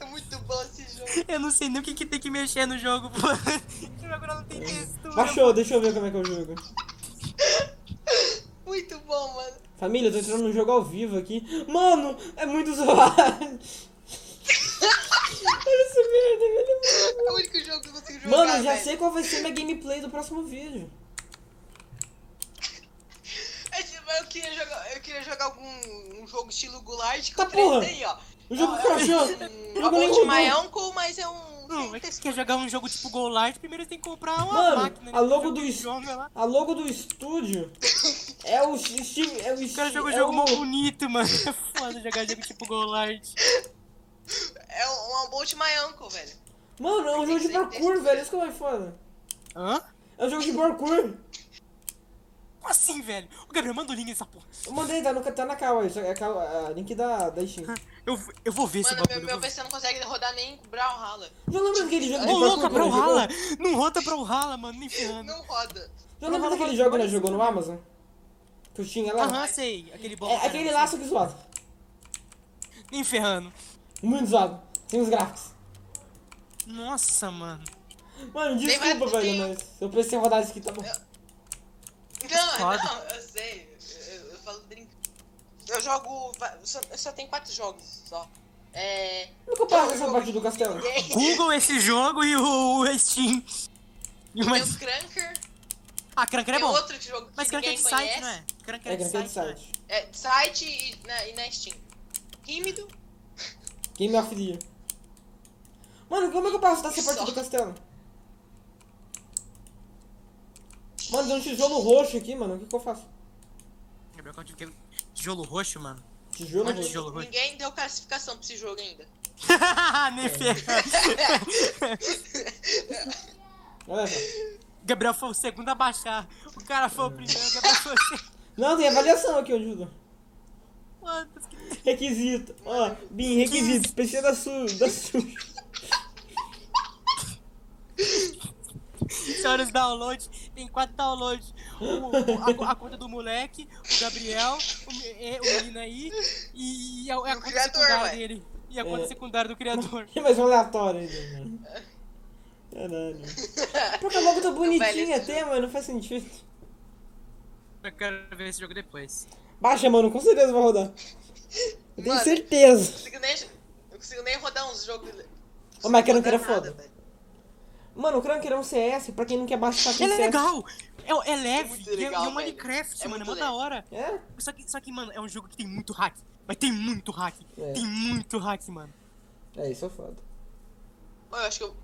É muito bom esse jogo. Eu não sei nem o que, que tem que mexer no jogo, pô. O jogo não tem textura. Baixou, deixa eu ver como é que é o jogo. Muito bom, mano. Família, eu tô entrando num jogo ao vivo aqui. Mano, é muito zoado. Olha essa merda, velho. É o único jogo que eu consigo jogar. Mano, eu já velho. sei qual vai ser minha gameplay do próximo vídeo. É tipo, Eu queria jogar, eu queria jogar algum um jogo estilo Goulart que Tá eu treinei, porra. ó. O jogo Ah, crashou. Um O jogo nem About My rodou. Uncle, mas é um. Não, tem é que textura. você quer jogar um jogo tipo Golart, primeiro tem que comprar uma Mano, máquina. né? a logo do dos es- joga lá. A logo do estúdio é o Steam. É o O cara joga um é jogo o- bonito, mano. É foda jogar jogo tipo Golart. É um um About My Uncle, velho. Mano, é um jogo de parkour, velho. Isso que é foda. Hã? É um jogo de parkour. Como assim, velho? O Gabriel manda o link nessa porra. Eu mandei, tá, no, tá na cal aí. só- É a cal- a link da, da Steam. Eu, eu vou ver é esse Mano, meu, bagulho. eu meu vou ver. PC não consegue rodar nem Brawlhalla. Já lembra daquele jogo de tá Ô, parkour? louca, que nós jogou? Brawlhalla! Não rota Brawlhalla, mano, nem ferrando. Não roda. Já lembra daquele jogo que nós jogou no Amazon? Que eu tinha lá? Aham, sei. Aquele bom. É aquele laço que zoado. Nem ferrando. Muito zoado. Tem os gráficos. Nossa, mano. Mano, mais desculpa, que velho, tem- mas eu pensei em rodar isso aqui, tá bom. Não, Roda. não, eu sei. Eu, eu falo brinco. Eu jogo. va- Só, só tem quatro jogos só. É. Nunca passa essa parte do castelo. Google esse jogo e o, o Steam. E Tem Mas... o Cranker, Ah, Cranker é tem bom. outro jogo que Mas Cranker é ninguém de site, conhece. não é? Cranker É, é de que é de site. não é? site. É, de site e na, e na Steam. Rímido, Game of the Year. Mano, como é que eu passo dessa parte Só. do castelo? Mano, tem um tijolo roxo aqui, mano. O que que eu faço? Gabriel, qual tipo que- Tijolo roxo, mano. Tijolo Mano, roxo. tijolo roxo. ninguém deu classificação pra esse jogo ainda. Nem ferrando. Olha só. Gabriel foi o segundo a baixar. O cara foi o primeiro, o Gabriel foi o segundo. Não, tem avaliação aqui, onde ajuda. Mano, que- Requisito. Ó, BIM, requisito. PC da sua. Da sua. senhora, os downloads. Tem quatro downloads. O- o- a, a conta do moleque, o Gabriel, o, me- é, o menino aí e, é, a, a conta criador, secundária ué. dele. E a conta É. secundária do criador. É mais um aleatório ainda, mano. Caralho. Porque a logo tá Velho, bonitinha esse até, mano. Não faz sentido. Eu quero ver esse jogo depois. Baixa, mano. Com certeza vai rodar. Eu tenho Mano. certeza. Não consigo nem, não consigo nem rodar uns jogos. Ô, mas que não rodar queira foda. velho. Mano, o Cranker é um CS, pra quem não quer baixar aqui Ele é CS. legal! É, é leve, muito e é- legal, e é um velho. Minecraft, É mano, é mó muito da leve. hora. É? Só que, só que, mano, é um jogo que tem muito hack. Mas tem muito hack. É. Tem muito hack, mano. É, isso é foda. Ô, Eu acho que eu.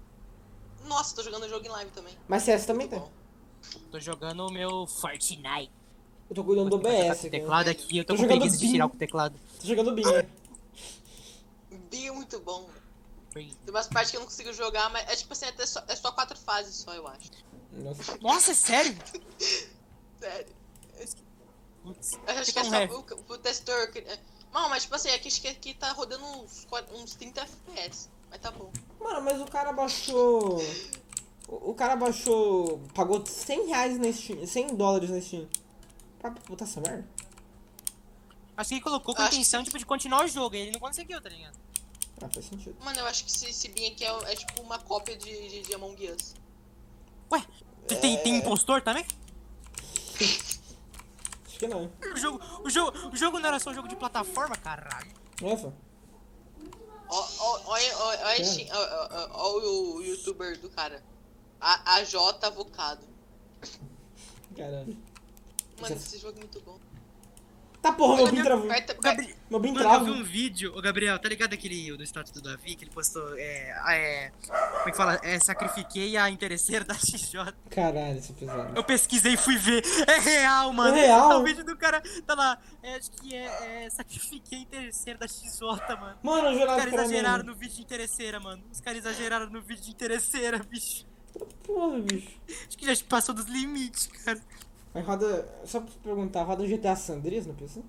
Nossa, tô jogando jogo em live também. Mas CS também Muito tem. Tá bom. Tô jogando o meu Fortnite. Eu tô cuidando do Vou OBS tentar com o aqui. teclado aqui, eu é, tô, Tô com jogando preguiça de Doom. tirar com o teclado. Tô jogando Bing. né? Bem muito bom. Foi- Tem umas partes que eu não consigo jogar, mas é tipo assim, até só, é só quatro fases só, eu acho. Nossa. Nossa, é sério? Sério. Putz, Eu É, acho que fica é um só ref. o, o testor. que- é. Não, mas tipo assim, aqui, acho que aqui tá rodando uns, qua- uns 30 FPS. Mas tá bom. Mano, mas o cara baixou. O o cara baixou. Pagou 100 reais na Steam. 100 dólares na Steam. Pra botar essa merda? Acho que ele colocou com a Acho intenção, tipo, de continuar o jogo, e ele não conseguiu, tá ligado? Ah, faz sentido. Mano, eu acho que esse, esse Bin aqui é, é tipo uma cópia de, de, de Among Us. Ué, tem- tem, tem impostor também? Acho que não. hein? O jogo, o, jogo, o jogo não era só um jogo de plataforma, caralho. Não é, fã? Ó, ó, ó, ó, ó, a Steam- ó, ó, ó, ó o youtuber do cara. A, a J Avocado. Caralho. Mano, esse jogo é muito bom. Tá porra, meu bim Gabriel, travou. Aperta- O Gabri... Meu bim Mano, eu vi trava. um vídeo, ô Gabriel, tá ligado aquele do status do Davi, que ele postou, é, ah, é, como é que fala, é, sacrifiquei a interesseira da XJ. Caralho, esse episódio. um- Eu pesquisei e fui ver, é real, mano. É real? Tá O vídeo do cara, tá lá, é, acho que é, é sacrifiquei a interesseira da XJ, mano. Mano, eu Os jurava caras que era exageraram mesmo. no vídeo de interesseira, mano. Os caras exageraram no vídeo de interesseira, bicho. Porra, bicho. Acho que já passou dos limites, cara. Mas roda. Só pra perguntar, roda um GTA Sandrias no PC?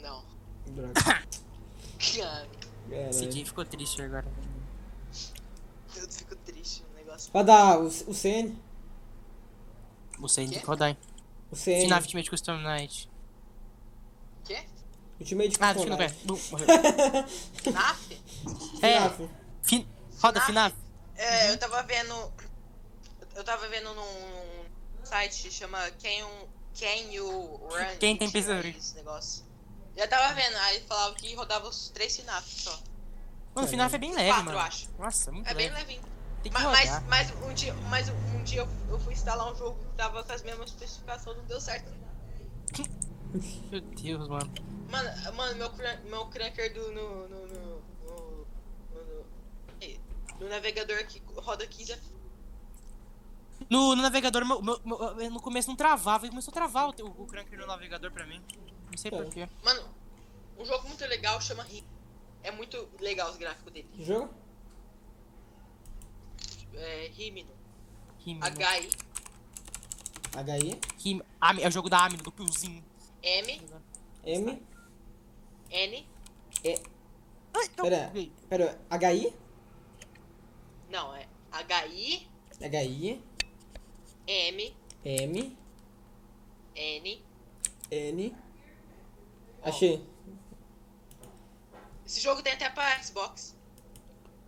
Não. Droga. Cara, Esse Caralho. dia ficou triste agora. eu fico triste no negócio. Roda o, o CN? Você Quê? tem que rodar, hein? O CN. Final Ultimate Custom Night. Quê? Ultimate Ah, Custom deixa eu ver. Night. NAF? É, FNAF. fin... roda FNAF. É, eu tava vendo. Eu tava vendo num num site que chama Can, Can You Run? Quem tem It, pesadelo. Esse negócio. Já tava vendo, aí falava que rodava os três FNAF só. Mano, o FNAF é bem leve, Quatro, mano. eu acho. Nossa, muito É bem leve. levinho. Tem que Ma- rodar. Mas, mas, um dia, mas um dia eu- eu fui instalar um jogo que tava com as mesmas especificações, não deu certo. Meu Deus, mano. Mano, mano meu, cran- meu cranker do. No, no, no, no, no, no- Ei, no navegador que roda 15 F- No, no navegador, meu- meu- meu- eu no começo não travava e começou a travar o, o, o cranker no navegador pra mim. Não sei É. porquê. Mano, um jogo muito legal chama Ri. É muito legal os gráficos dele. Que jogo? É, Rimino. Rime. né? HI. Rime. Ami- É o jogo da Amino, do Piozinho. H-I-M-N. M. E. Ai, então não. Pera. Pera. HI? Não, é H-I-M-N. HI. M. N. Achei. Esse jogo tem até pra Xbox.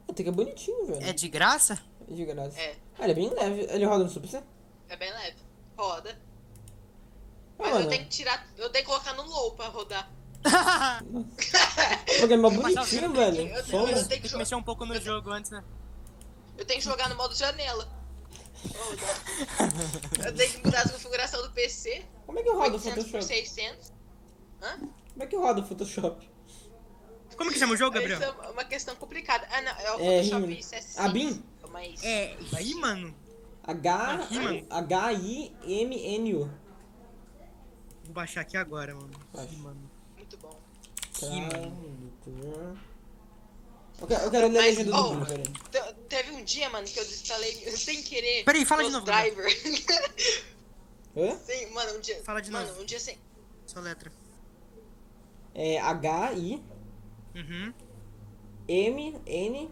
Até que é bonitinho, velho. É de graça? É de graça. É, Ah, ele é bem leve. Ele roda no Super C? Ah, é bem leve. Roda. Mas eu Mano, tenho que tirar. Eu tenho que colocar no low pra rodar. o programa é Mas, ó, eu bonitinho, tenho que- velho. eu tenho- Sombra. eu tenho- Tem que mexer um pouco no jogo antes, né? Eu tenho que jogar no modo janela. Eu tenho que mudar a configuração do PC. Como é que roda o 800 por Photoshop? 600. Hã? Como é que roda o Photoshop? Como que chama o jogo, Isso é Gabriel? uma questão complicada. Ah, não. É o É, Photoshop Rimini. CS5. Ah, BIM? Mas... É, aí, mano. H. Aqui, mano. H-I-M-N-U. Vou baixar aqui agora, mano. Baixa. Tá. Ih, mano. Muito bom. Ih, mano. Eu quero, eu quero ler a Mas, legenda do oh. livro, peraí. Te- Teve um dia, mano, que eu desinstalei sem querer. Peraí, fala de novo, Ghost Driver. Hã? Sim, mano, um dia. Fala de mano, novo. um dia sem. Só letra. É H-I. Uhum. M, N,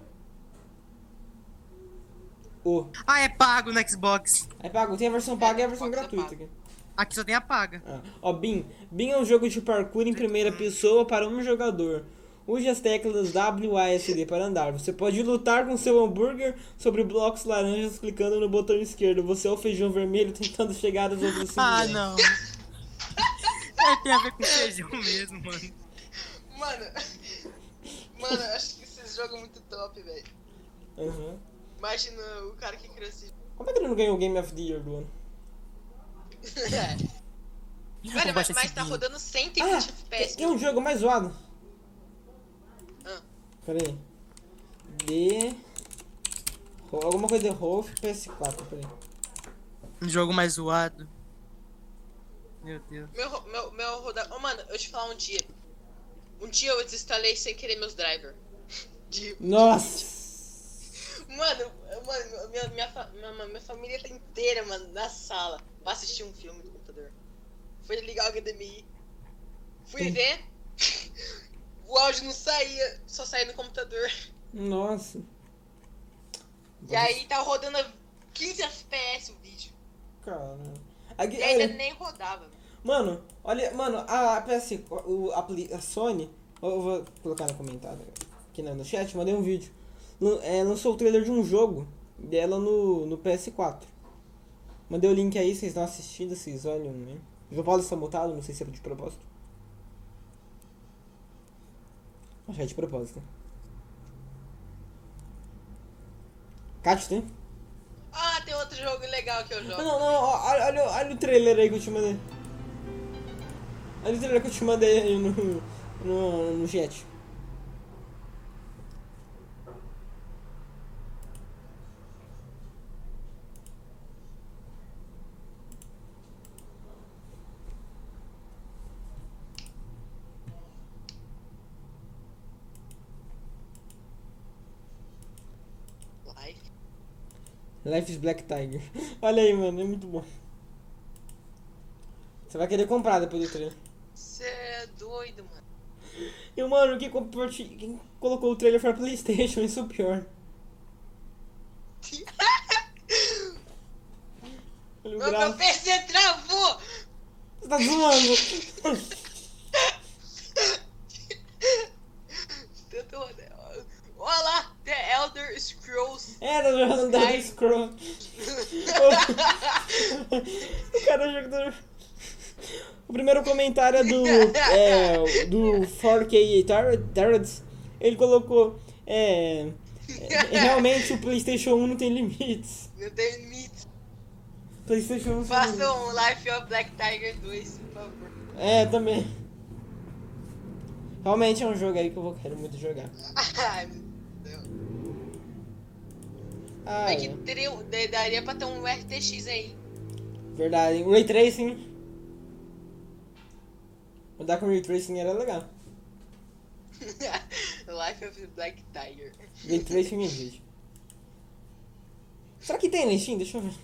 O. Ah, é pago no Xbox. Aí pago. Tem a versão paga e a versão pode ser gratuita pago. aqui. Aqui só tem a paga. Ah. Ó, BIM. BIM é um jogo de parkour em primeira pessoa para um jogador. Use as teclas W, A, S, D para andar. Você pode lutar com seu hambúrguer sobre blocos laranjas clicando no botão esquerdo. Você é o feijão vermelho tentando chegar às outras Ah, cidades. não. É, tem a ver com feijão mesmo, mano. Mano. Mano, eu acho que esse jogo é muito top, velho. Aham. Imagina o cara que criou esse Uhum. Como é que ele não ganhou o Game of the Year do ano? Velho, Vou mas, baixar mas esse tá vídeo. rodando 120 é Ah, FPS. tem um jogo mais zoado. Ah. Pera aí. D. Ro- Alguma coisa de Rolf PS4, peraí. Um jogo mais zoado. Meu Deus. Meu, ro- meu, meu rodar. Ô, mano, eu te falar um dia. Um dia eu desinstalei sem querer meus driver. De... Nossa! Mano, eu- mano minha, minha, fa- minha, minha, minha família tá inteira, mano, na sala pra assistir um filme no computador. Fui ligar o HDMI. Fui ver. o áudio não saía, só saía no computador. Nossa! E aí tá rodando a 15 FPS o vídeo. Cara. Aqui- E ainda olha, nem rodava. mano, olha, mano, a, a PS, o, a, pli- a Sony, eu eu vou colocar no comentário aqui no, no chat, mandei um vídeo. Lan- é, lançou o trailer de um jogo dela no, no PS4. Mandei o link aí, vocês dão uma assistida, vocês olham, né? O João Paulo está mutado, não sei se é de propósito. Acho que é de propósito. né? Cátia, tem? Ah, tem outro jogo legal que eu Não, jogo. não, não, ó, olha, olha, o- olha o trailer aí que eu te mandei. Olha o trailer que eu te mandei aí no, no, no chat. Life. Life is Black Tiger. Olha aí, mano, é muito bom. Você vai querer comprar depois do trailer. Você é doido, mano. E, mano, quem, comparti- quem colocou o trailer foi a Playstation, isso é o pior. Olha o Meu, gráfico. meu PC travou! Você tá zoando. Tanto Olha lá! The Elder Scrolls. É, tá jogando Dark Scrolls. o cara jogando. O primeiro comentário é do. É, do 4K Tarot. Ele colocou. É, é, realmente o PlayStation 1 não tem limites. Não tem limite. PlayStation 1 não tem Faça limites. um Life of Black Tiger 2, por favor. É, também. Realmente é um jogo aí que eu vou quero muito jogar. Ai, meu Deus. Ah, É é. que teria, de- daria pra ter um RTX aí. Verdade. O Ray Tracing. Mudar com Ray Tracing era legal. Life of Black Tiger. Ray Tracing existe. Será que tem na Steam? Deixa eu ver.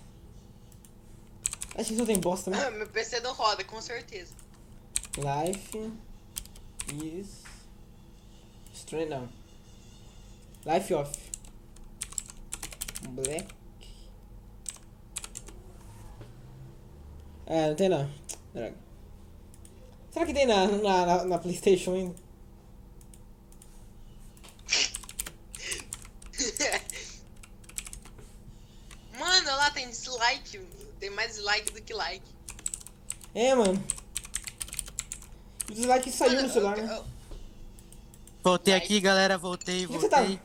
Acho que só tem bosta né? mesmo. Ah, Meu PC não roda, com certeza. Life is Strange não. Life off. Black. É, não tem não. Droga. Será que tem na, na, na, na Playstation ainda? Mano, olha lá tem dislike. Tem mais dislike do que like. É, mano. O dislike saiu Mano, no celular, eu- né? eu- Voltei Like. aqui, galera. Voltei, que você tá? voltei.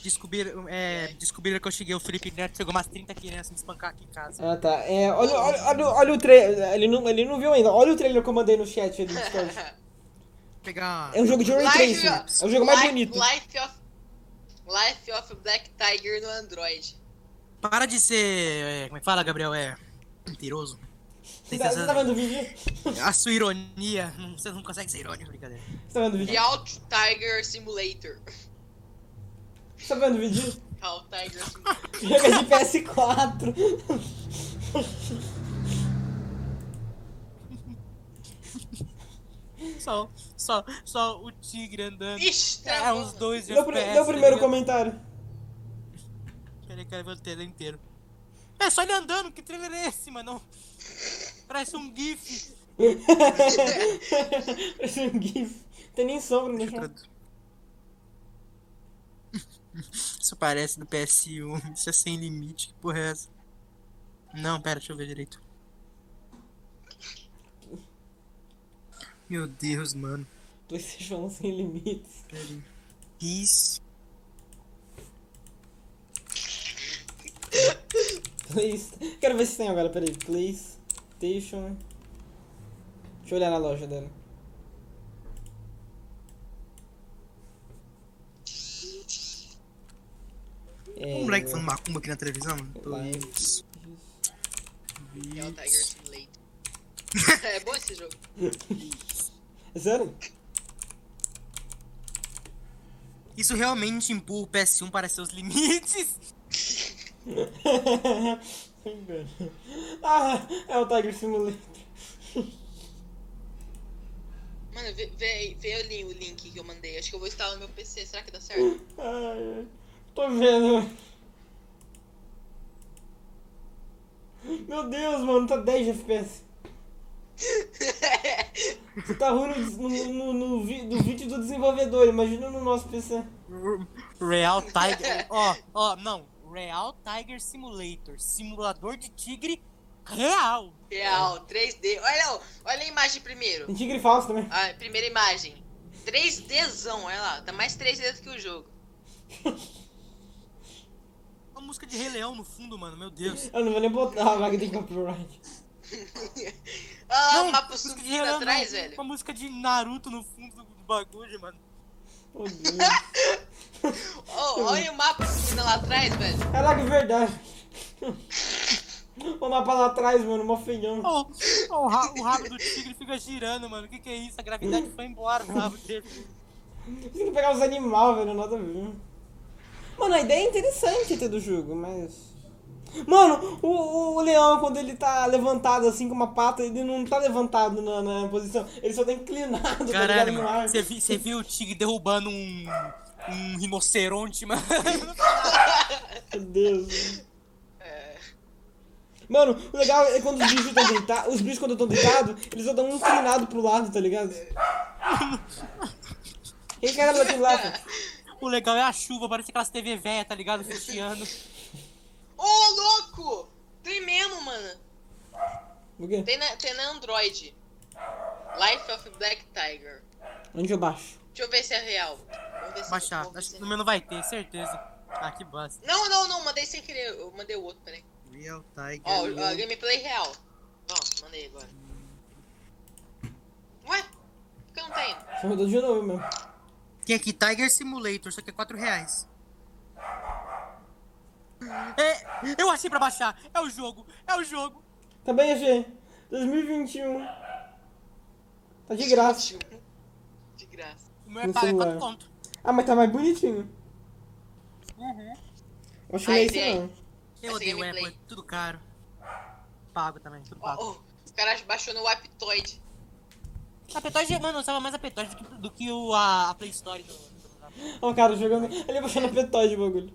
Descobriram, é, descobriram que eu cheguei. O Felipe Neto chegou umas 30 crianças me espancar aqui em casa. Ah, tá. É, olha, olha, olha, olha o trailer. Ele não, ele não viu ainda. Olha o trailer que eu mandei no chat ali no Discord. Vou pegar. É um jogo de Ray Tracing. É o jogo mais Life- bonito. Life of, Life of Black Tiger no Android. Para de ser. é, como é que fala, Gabriel? É. Mentiroso. Você tá, você tá vendo o vídeo? A sua ironia. não- Você não consegue ser irônico, brincadeira. Você tá vendo o vídeo? Out Tiger Simulator. Você tá vendo o vídeo? Out Tiger Simulator. Joga de PS4. Só, só, só o tigre andando. Ixi, É, travou. uns dois Deu, FPS, o tá primeiro ligado? comentário. Peraí, cara, ver o trailer inteiro. É só ele andando, que trailer é esse, mano? Parece um GIF. Parece um GIF. Tem nem sombra né? no chão. Isso parece do PS1. Isso é sem limite, que porra é essa? Não, pera, deixa eu ver direito. Meu Deus, mano. PlayStation sem limites. Pera aí. Peace. Please. Quero ver se tem agora, peraí. Please. Station. Deixa eu olhar na loja dela. É, Um moleque falando macumba aqui na televisão. Live. É o Tiger Simulator. é bom esse jogo. É sério? Isso realmente empurra o PS1 para seus limites? ah, é o Tiger Simulator. Mano, vê, vê, vê ali o link que eu mandei. Acho que eu vou instalar no meu PC. Será que dá certo? Ai, ai. tô vendo. Meu Deus, mano, tá 10 FPS. Tá ruim no, no, no, no vi- no vídeo do desenvolvedor, imagina no nosso PC. Real Tiger. Ó, ó, não. Real Tiger Simulator. Simulador de tigre real. Real, 3D. Olha, ó, olha a imagem primeiro. Tem tigre falso também. Ah, primeira imagem. 3Dzão, olha lá. Tá mais 3D do que o jogo. Uma música de Rei Leão no fundo, mano. Meu Deus. Eu não vou nem botar a vaga de copyright. Olha lá Não, o mapa música de subindo Rei pra Leão, não. trás, velho. Uma música de Naruto no fundo do bagulho, mano. Meu Deus. Ó, olha o mapa subindo lá atrás, velho. Caraca, é verdade. O mapa lá atrás, mano, mó feião. Ó, ó, o, ra- o rabo do tigre fica girando, mano. O que, que é isso? A gravidade foi embora do rabo dele. Tem que pegar os animais, velho, nada a ver. Mano, a ideia é interessante até do jogo, mas. Mano, o, o- o leão, quando ele tá levantado assim com uma pata, ele não tá levantado na, na posição, ele só tá inclinado, tá ligado? Caralho, No mano. ar. Você vi- você viu o tigre derrubando um. um rinoceronte, mano. Meu Deus. É. Mano, o legal é quando os bichos estão deitados, os bichos quando estão deitados, eles só dão um inclinado pro lado, tá ligado? Quem cara lá de lá, pô? O legal é a chuva, parece aquelas TV velha, tá ligado? Fuxiando. Ô, louco! Tem mesmo, mano. O quê? Tem na, tem na Android. Life of Black Tiger. Onde eu baixo? Deixa eu ver se é real. Vamos ver se Baixar. vamos ver Acho se que é no real. meu não vai ter, certeza. Ah, que bosta. Não, não, não, mandei sem querer. Eu mandei o outro, peraí. Real Tiger. Ó, o- a gameplay real. Ó, mandei agora. Ué? Por que eu não tá tenho? Você mandou de novo mesmo. Tem aqui é Tiger Simulator, só que é 4 reais. É, eu achei pra baixar. É o jogo, é o jogo. Também achei. 2021. Tá de graça. De graça. O meu é No pago, é celular. 4 conto. Ah, mas tá mais bonitinho. Eu acho que não é Aí, esse aí. não. Eu Essa odeio gameplay. Apple, é tudo caro. Pago também, tudo Ó, pago. ó, o cara baixou no Aptoid. A Petoge, mano, eu usava mais a Petoge do que, do que o, a, a Play Store do... do- Ó, o cara jogando. Ele baixando a petóide o bagulho.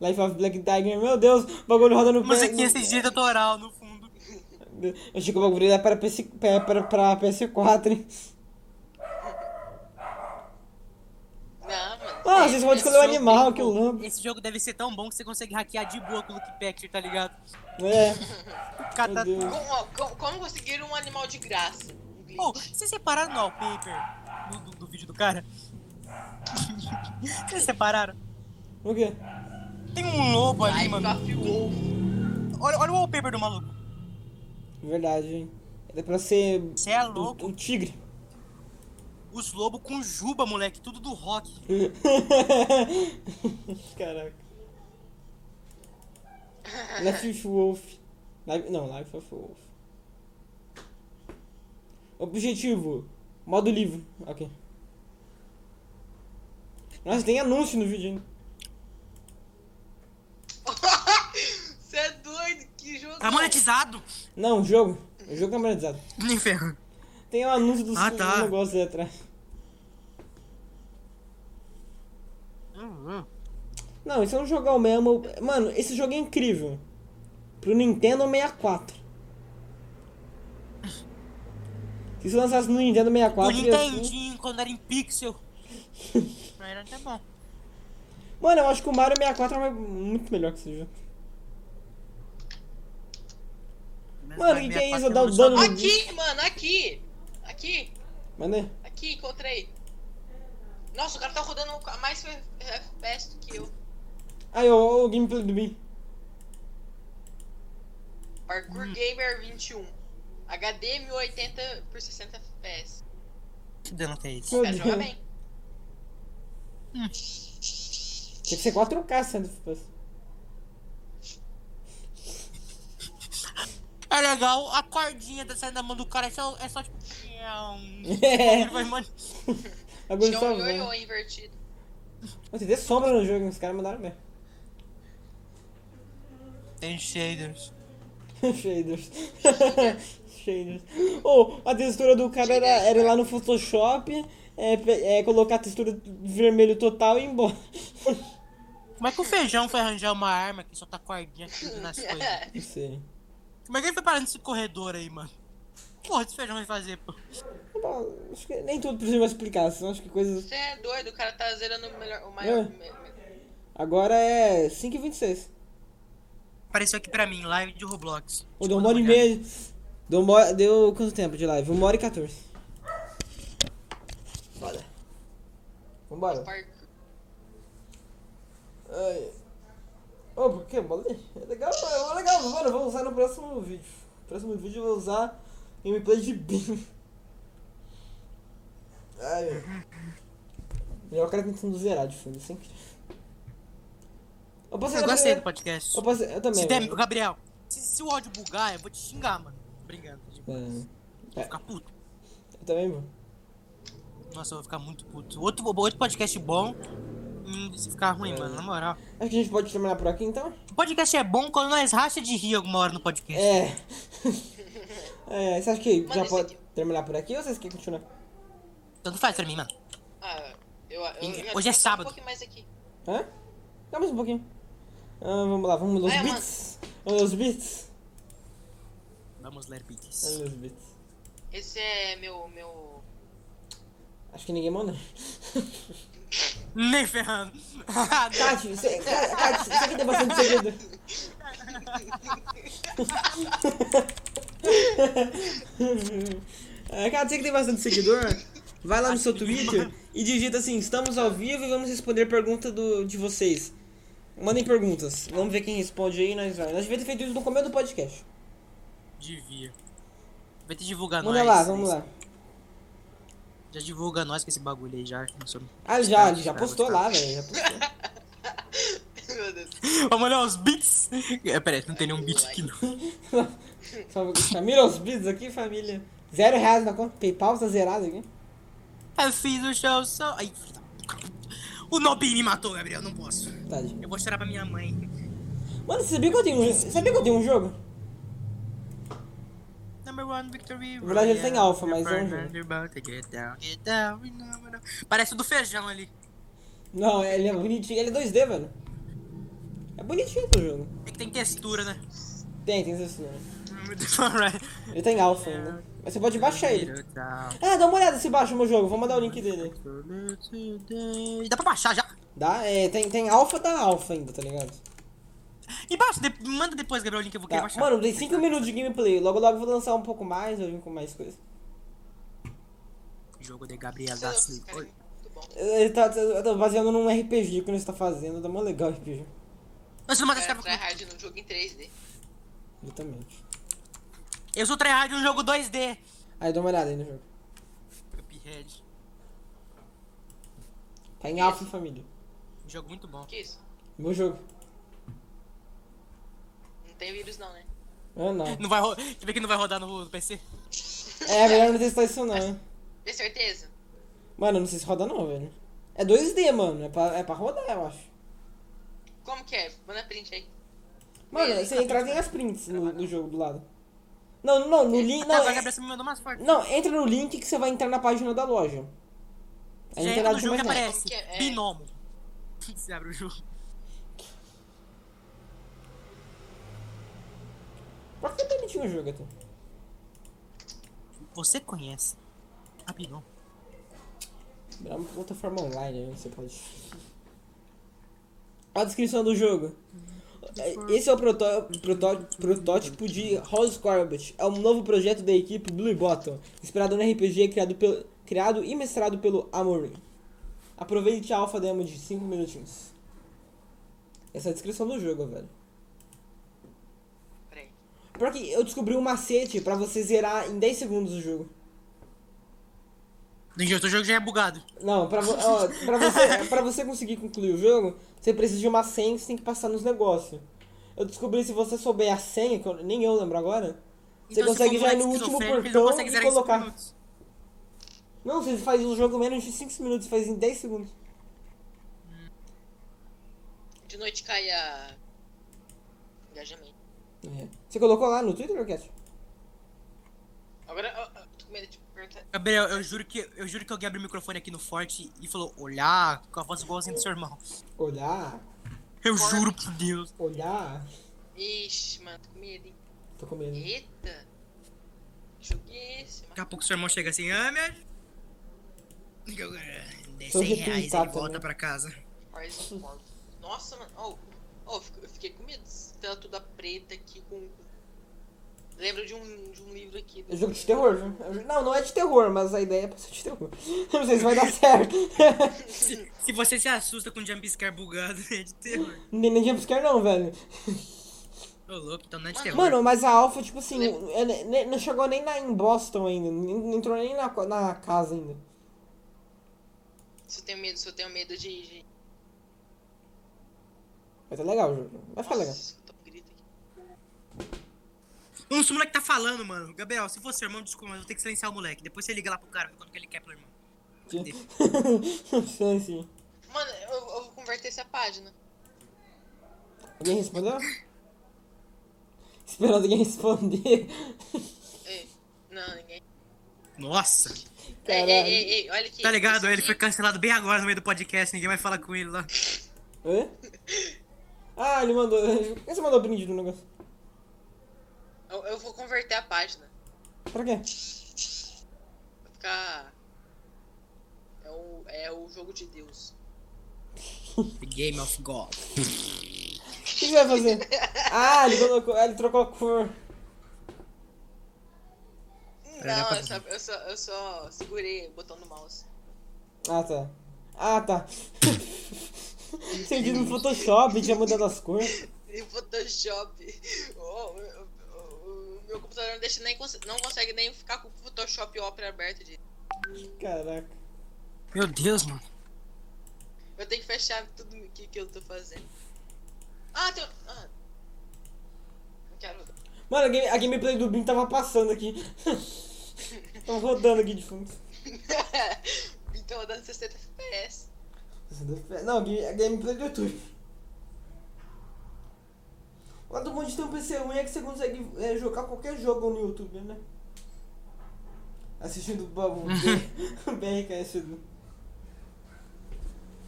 Life of Black Tiger, meu Deus, o bagulho roda no pé. Musiquinha no- sem direito autoral no fundo. Eu achei que o bagulho era para, PS... pra, pra, pra PS4, hein? Não, mano. Ah, vocês vão escolher o animal, que eu lembro. um Esse jogo deve ser tão bom que você consegue hackear de boa com o Lucky Packer, tá ligado? tá- É. Meu Cata... Deus. Como, ó, como, como conseguir um animal de graça? Um glitch. Oh, vocês separaram no wallpaper do, do, do vídeo do cara? vocês separaram? O quê? Tem um lobo ali, Life mano. of Wolf. Olha, olha o wallpaper do maluco. Verdade, hein? Era pra ser. Você é O, louco. o tigre. Os lobos com juba, moleque. Tudo do rock. Caraca. Life of Wolf. Life- não, Life of Wolf. Objetivo. Modo livre. Ok. Nossa, tem anúncio no vídeo, hein? Você é doido, que jogo. Tá monetizado? Não, jogo. O jogo é monetizado. Nem ferro. Tem um anúncio do, Ah, do tá. negócio ali atrás. Uhum. Não, isso é um jogão mesmo. Mano, esse jogo é incrível. Pro Nintendo 64. Se isso lançasse no Nintendo O 64, ia ser- Nintendinho, quando era em pixel. Mas Era até bom. Mano, eu acho que o Mario 64 é muito melhor que esse jogo. Mano, o que que é isso? Dá o dano no- Aqui, mano, aqui. Aqui. Manda aí. Aqui, encontrei. Nossa, o cara tá rodando a mais FPS do que eu. Aí, ó, o gameplay do Bin. Parkour Hum. Gamer 21. HD 1080 por 60 FPS. Que dano que é isso? Meu Cara, joga Deus. bem. Tinha que ser 4K, sendo FPS. É legal, a cordinha tá saindo da mão do cara, é só, é só tipo. Ele É, vai mandando. agora Tinha só um vai. ioiô invertido. Nossa, Tem até sombra no jogo, os caras mandaram mesmo. Tem shaders. Shaders. Shaders. Ou a textura do cara era, era ir lá no Photoshop, é, pe- é, colocar a textura vermelho total e ir embora. Como é que o feijão foi arranjar uma arma que só tá cordinha tudo nas coisas? Não sei. Como é que ele foi parar nesse corredor aí, mano? Porra, esse feijão vai fazer, pô. Tá bom, Acho que nem tudo precisa explicar, senão acho que coisas. Você é doido, o cara tá zerando o, melhor, o maior. É. Agora é 5h26. Apareceu aqui pra mim, live de Roblox. Ou deu uma hora e Tipo, meia. Deu, uma hora- deu quanto tempo de live? Uma hora e 14. Foda. Vambora. Parkour. Ai. Oh, por que? Bolê? É legal, mano. É legal, mano. Eu vou usar no próximo vídeo. No próximo vídeo eu vou usar gameplay de BIM. Ai, meu. Melhor o cara tentando zerar de fundo, sem querer. Eu passei Eu na gostei do primeira... podcast. Eu passei... Eu também. Se der, mano. Gabriel, se, se o áudio bugar, eu vou te xingar, mano. Obrigado. Tipo, Vou É, ficar puto. eu também, mano. Nossa, eu vou ficar muito puto. Outro, outro podcast bom, hum, se ficar ruim, É. mano, na moral. Acho que a gente pode terminar por aqui, então? O podcast é bom quando nós racha de rir alguma hora no podcast. É. é você acha que Manda já esse pode aqui. terminar por aqui ou vocês querem continuar? Tanto faz pra mim, mano. Ah, eu, eu, Ih, eu- hoje é só sábado. Um pouquinho mais aqui. Hã? Dá mais um pouquinho. Ah, vamos lá, vamos nos É, beats. Vamos nos beats. Vamos ler bits. Vamos nos beats. Esse é meu. meu... Acho que ninguém manda. Nem ferrando. Tati, você, cara, Tati, você que tem bastante segredo. Ah, É, Cara, você que tem bastante seguidor, vai lá no seu Twitter e digita assim: estamos ao vivo e vamos responder pergunta do, de vocês. Mandem perguntas, vamos ver quem responde aí. Nós, vai. nós devia ter feito isso no começo do podcast. Devia. Vai ter divulgar Manda nós. lá, vamos lá. Já divulga nós com esse bagulho aí, já. Não sou- Ah, ele já, ele já postou lá, velho. já postou. meu Deus. Vamos olhar os beats. É, peraí, não tem nenhum beat aqui não. Só vou- Família, os bids aqui, família. Zero reais na conta. PayPal tá zerado aqui. Eu fiz o show só. Ai, filho da puta. O Nobini me matou, Gabriel, não posso. Tadinho. Eu vou chorar pra minha mãe. Mano, você sabia que eu tenho um, sabia que eu tenho um jogo? Number one victory. Na verdade, ele tem royale. alpha, mas é um jogo. You're about to get down, get down, we know, we know. Parece o do feijão ali. Não, ele é bonitinho. Ele é 2D, velho. É bonitinho o jogo. É que tem textura, né? Tem, tem esse nome. Alright. Ele tá em alpha ainda. Mas você pode baixar ele. Down. Ah, dá uma olhada se baixa o meu jogo. Vou mandar o link dele. Dá pra baixar já? Dá? É, tem, tem alpha da alpha ainda, tá ligado? E baixa, de- manda depois, Gabriel, o link que eu vou querer Tá. baixar. Mano, dei 5 minutos de gameplay. Logo, logo vou lançar um pouco mais. Vou vir com mais coisa. Jogo de Gabriel da Seu- Silva. cara, assim, Oi. Muito bom. Ele tá, tá tá baseando num RPG que você tá fazendo. Tá mó legal o RPG. Nossa, eu mando esse Cara, cara pra- É, tryhard no jogo em né? 3D. Exatamente. é. Eu sou tryhard no jogo 2D. Aí, dá uma olhada aí no jogo. Cuphead. Tá em alpha, família. Jogo muito bom. Que isso? Meu jogo. Não tem vírus, não, né? Ah, não. Não vai ro... Você vê que não vai rodar no PC? É, melhor não testar isso não, hein? Tem certeza? Mano, não sei se roda não, velho. É 2D, mano. É pra, é pra rodar, eu acho. Como que é? Manda print aí. Mano, você entrar então. tem as prints no, no jogo do lado. Não, não, no link. Tá, Não, agora é- Gabriel você me mandou umas fotos. não, entra no link que você vai entrar na página da loja. Aí Já não tem entra nada no de jogo que mais nada. aparece. Como que é? É. Binomo. Você abre o jogo. Pra que tá bonitinho o jogo até? Você conhece. A Binomo. É uma plataforma online, né? Você pode. Olha a descrição do jogo. Esse é o protó- protó- protótipo de House Corbett. É um novo projeto da equipe Blue Bottom, inspirado no RPG criado, pelo, criado e mestrado pelo Amorim. Aproveite a alfa demo de 5 minutinhos. Essa é a descrição do jogo, velho. Peraí. Não Pior que eu descobri um macete pra você zerar em 10 segundos o jogo. Do jeito, o jogo já é bugado. Não, pra, vo- ó, pra você, pra você conseguir concluir o jogo, você precisa de uma senha que você tem que passar nos negócios. Eu descobri se você souber a senha, que eu, nem eu lembro agora. Você Então, se consegue for já ir moleque no último esquizofrênico, ele não portão consegue e zerar em cinco colocar. minutos. Não, você faz o jogo em menos de 5 minutos, faz em 10 segundos. De noite cai a. Engajamento. É. Você colocou lá no Twitter, Cat? Agora eu, eu tô com medo de perguntar. Gabriel, eu juro que eu juro que alguém abriu o microfone aqui no Forte e falou olhar com a voz igualzinha do seu irmão. Olhar, Eu juro por Deus. olhar. Ixi, mano, tô com medo, hein? Tô com medo. Eita! Joguíssima. Daqui a pouco seu irmão chega assim, ah, minha... Dê Tô né? 100 reais e representado volta também. pra casa. Horizon Call. um Nossa, mano. Oh, oh, eu fico- eu fiquei com medo desse tanto da preta aqui com. Lembro de um, de um livro aqui. É jogo de terror, viu? É um jo- Não, não é de terror, mas a ideia é pra ser de terror. Não sei se vai dar certo. um- Se, se você se assusta com jumpscare bugado, é de terror. Não tem nem jumpscare não, velho. Ô, louco, então não é de terror. Mano, mas a Alpha, tipo assim, é, né, né, não chegou nem na, em Boston ainda. nem- Não entrou nem na, co- na casa ainda. Se eu tenho medo, se eu tenho medo de. de... Vai tá legal o jogo. Vai ficar legal. Nossa, eu tô com um grito aqui. Não, se o moleque tá falando, mano. Gabriel, se fosse seu irmão, desculpa, mas eu vou ter que silenciar o moleque. Depois você liga lá pro cara, vê quando que ele quer pro irmão. Sim, sim. Mano, eu, eu vou converter essa página. Alguém respondeu? Esperando alguém responder. É. Não, ninguém. É, Nossa! Ei, Caralho. ei, ei, ei, olha aqui. Tá ligado? Isso Ele aqui- foi cancelado bem agora no meio do podcast, ninguém vai falar com ele lá. Hã? Ah, ele mandou. Por que você mandou brinde no negócio? Eu, eu vou converter a página. Pra quê? Vai ficar. É o, é o jogo de Deus. Game of God. O que você vai fazer? Ah, ele colocou. ah, Ele trocou a cor. Não, eu só, eu, só, eu só segurei o botão do mouse. Ah, tá. Ah, tá. Entendi no Photoshop, tinha mudado as cores. E o Photoshop. Oh, O- o- o- o meu computador não, deixa nem, cons- não consegue nem ficar com o Photoshop Opera aberto. De... Caraca. Meu Deus, mano. Eu tenho que fechar tudo o que, que eu tô fazendo. Ah, tem. Ah. Não quero. Mano, a, game- a gameplay do Bim tava passando aqui. tava rodando aqui de fundo. então eu dando 60 FPS. Não, a game- a gameplay do YouTube. Lá do mundo tem um PC ruim é que você consegue é, jogar qualquer jogo no YouTube, né? Assistindo o Babu o BRKS do.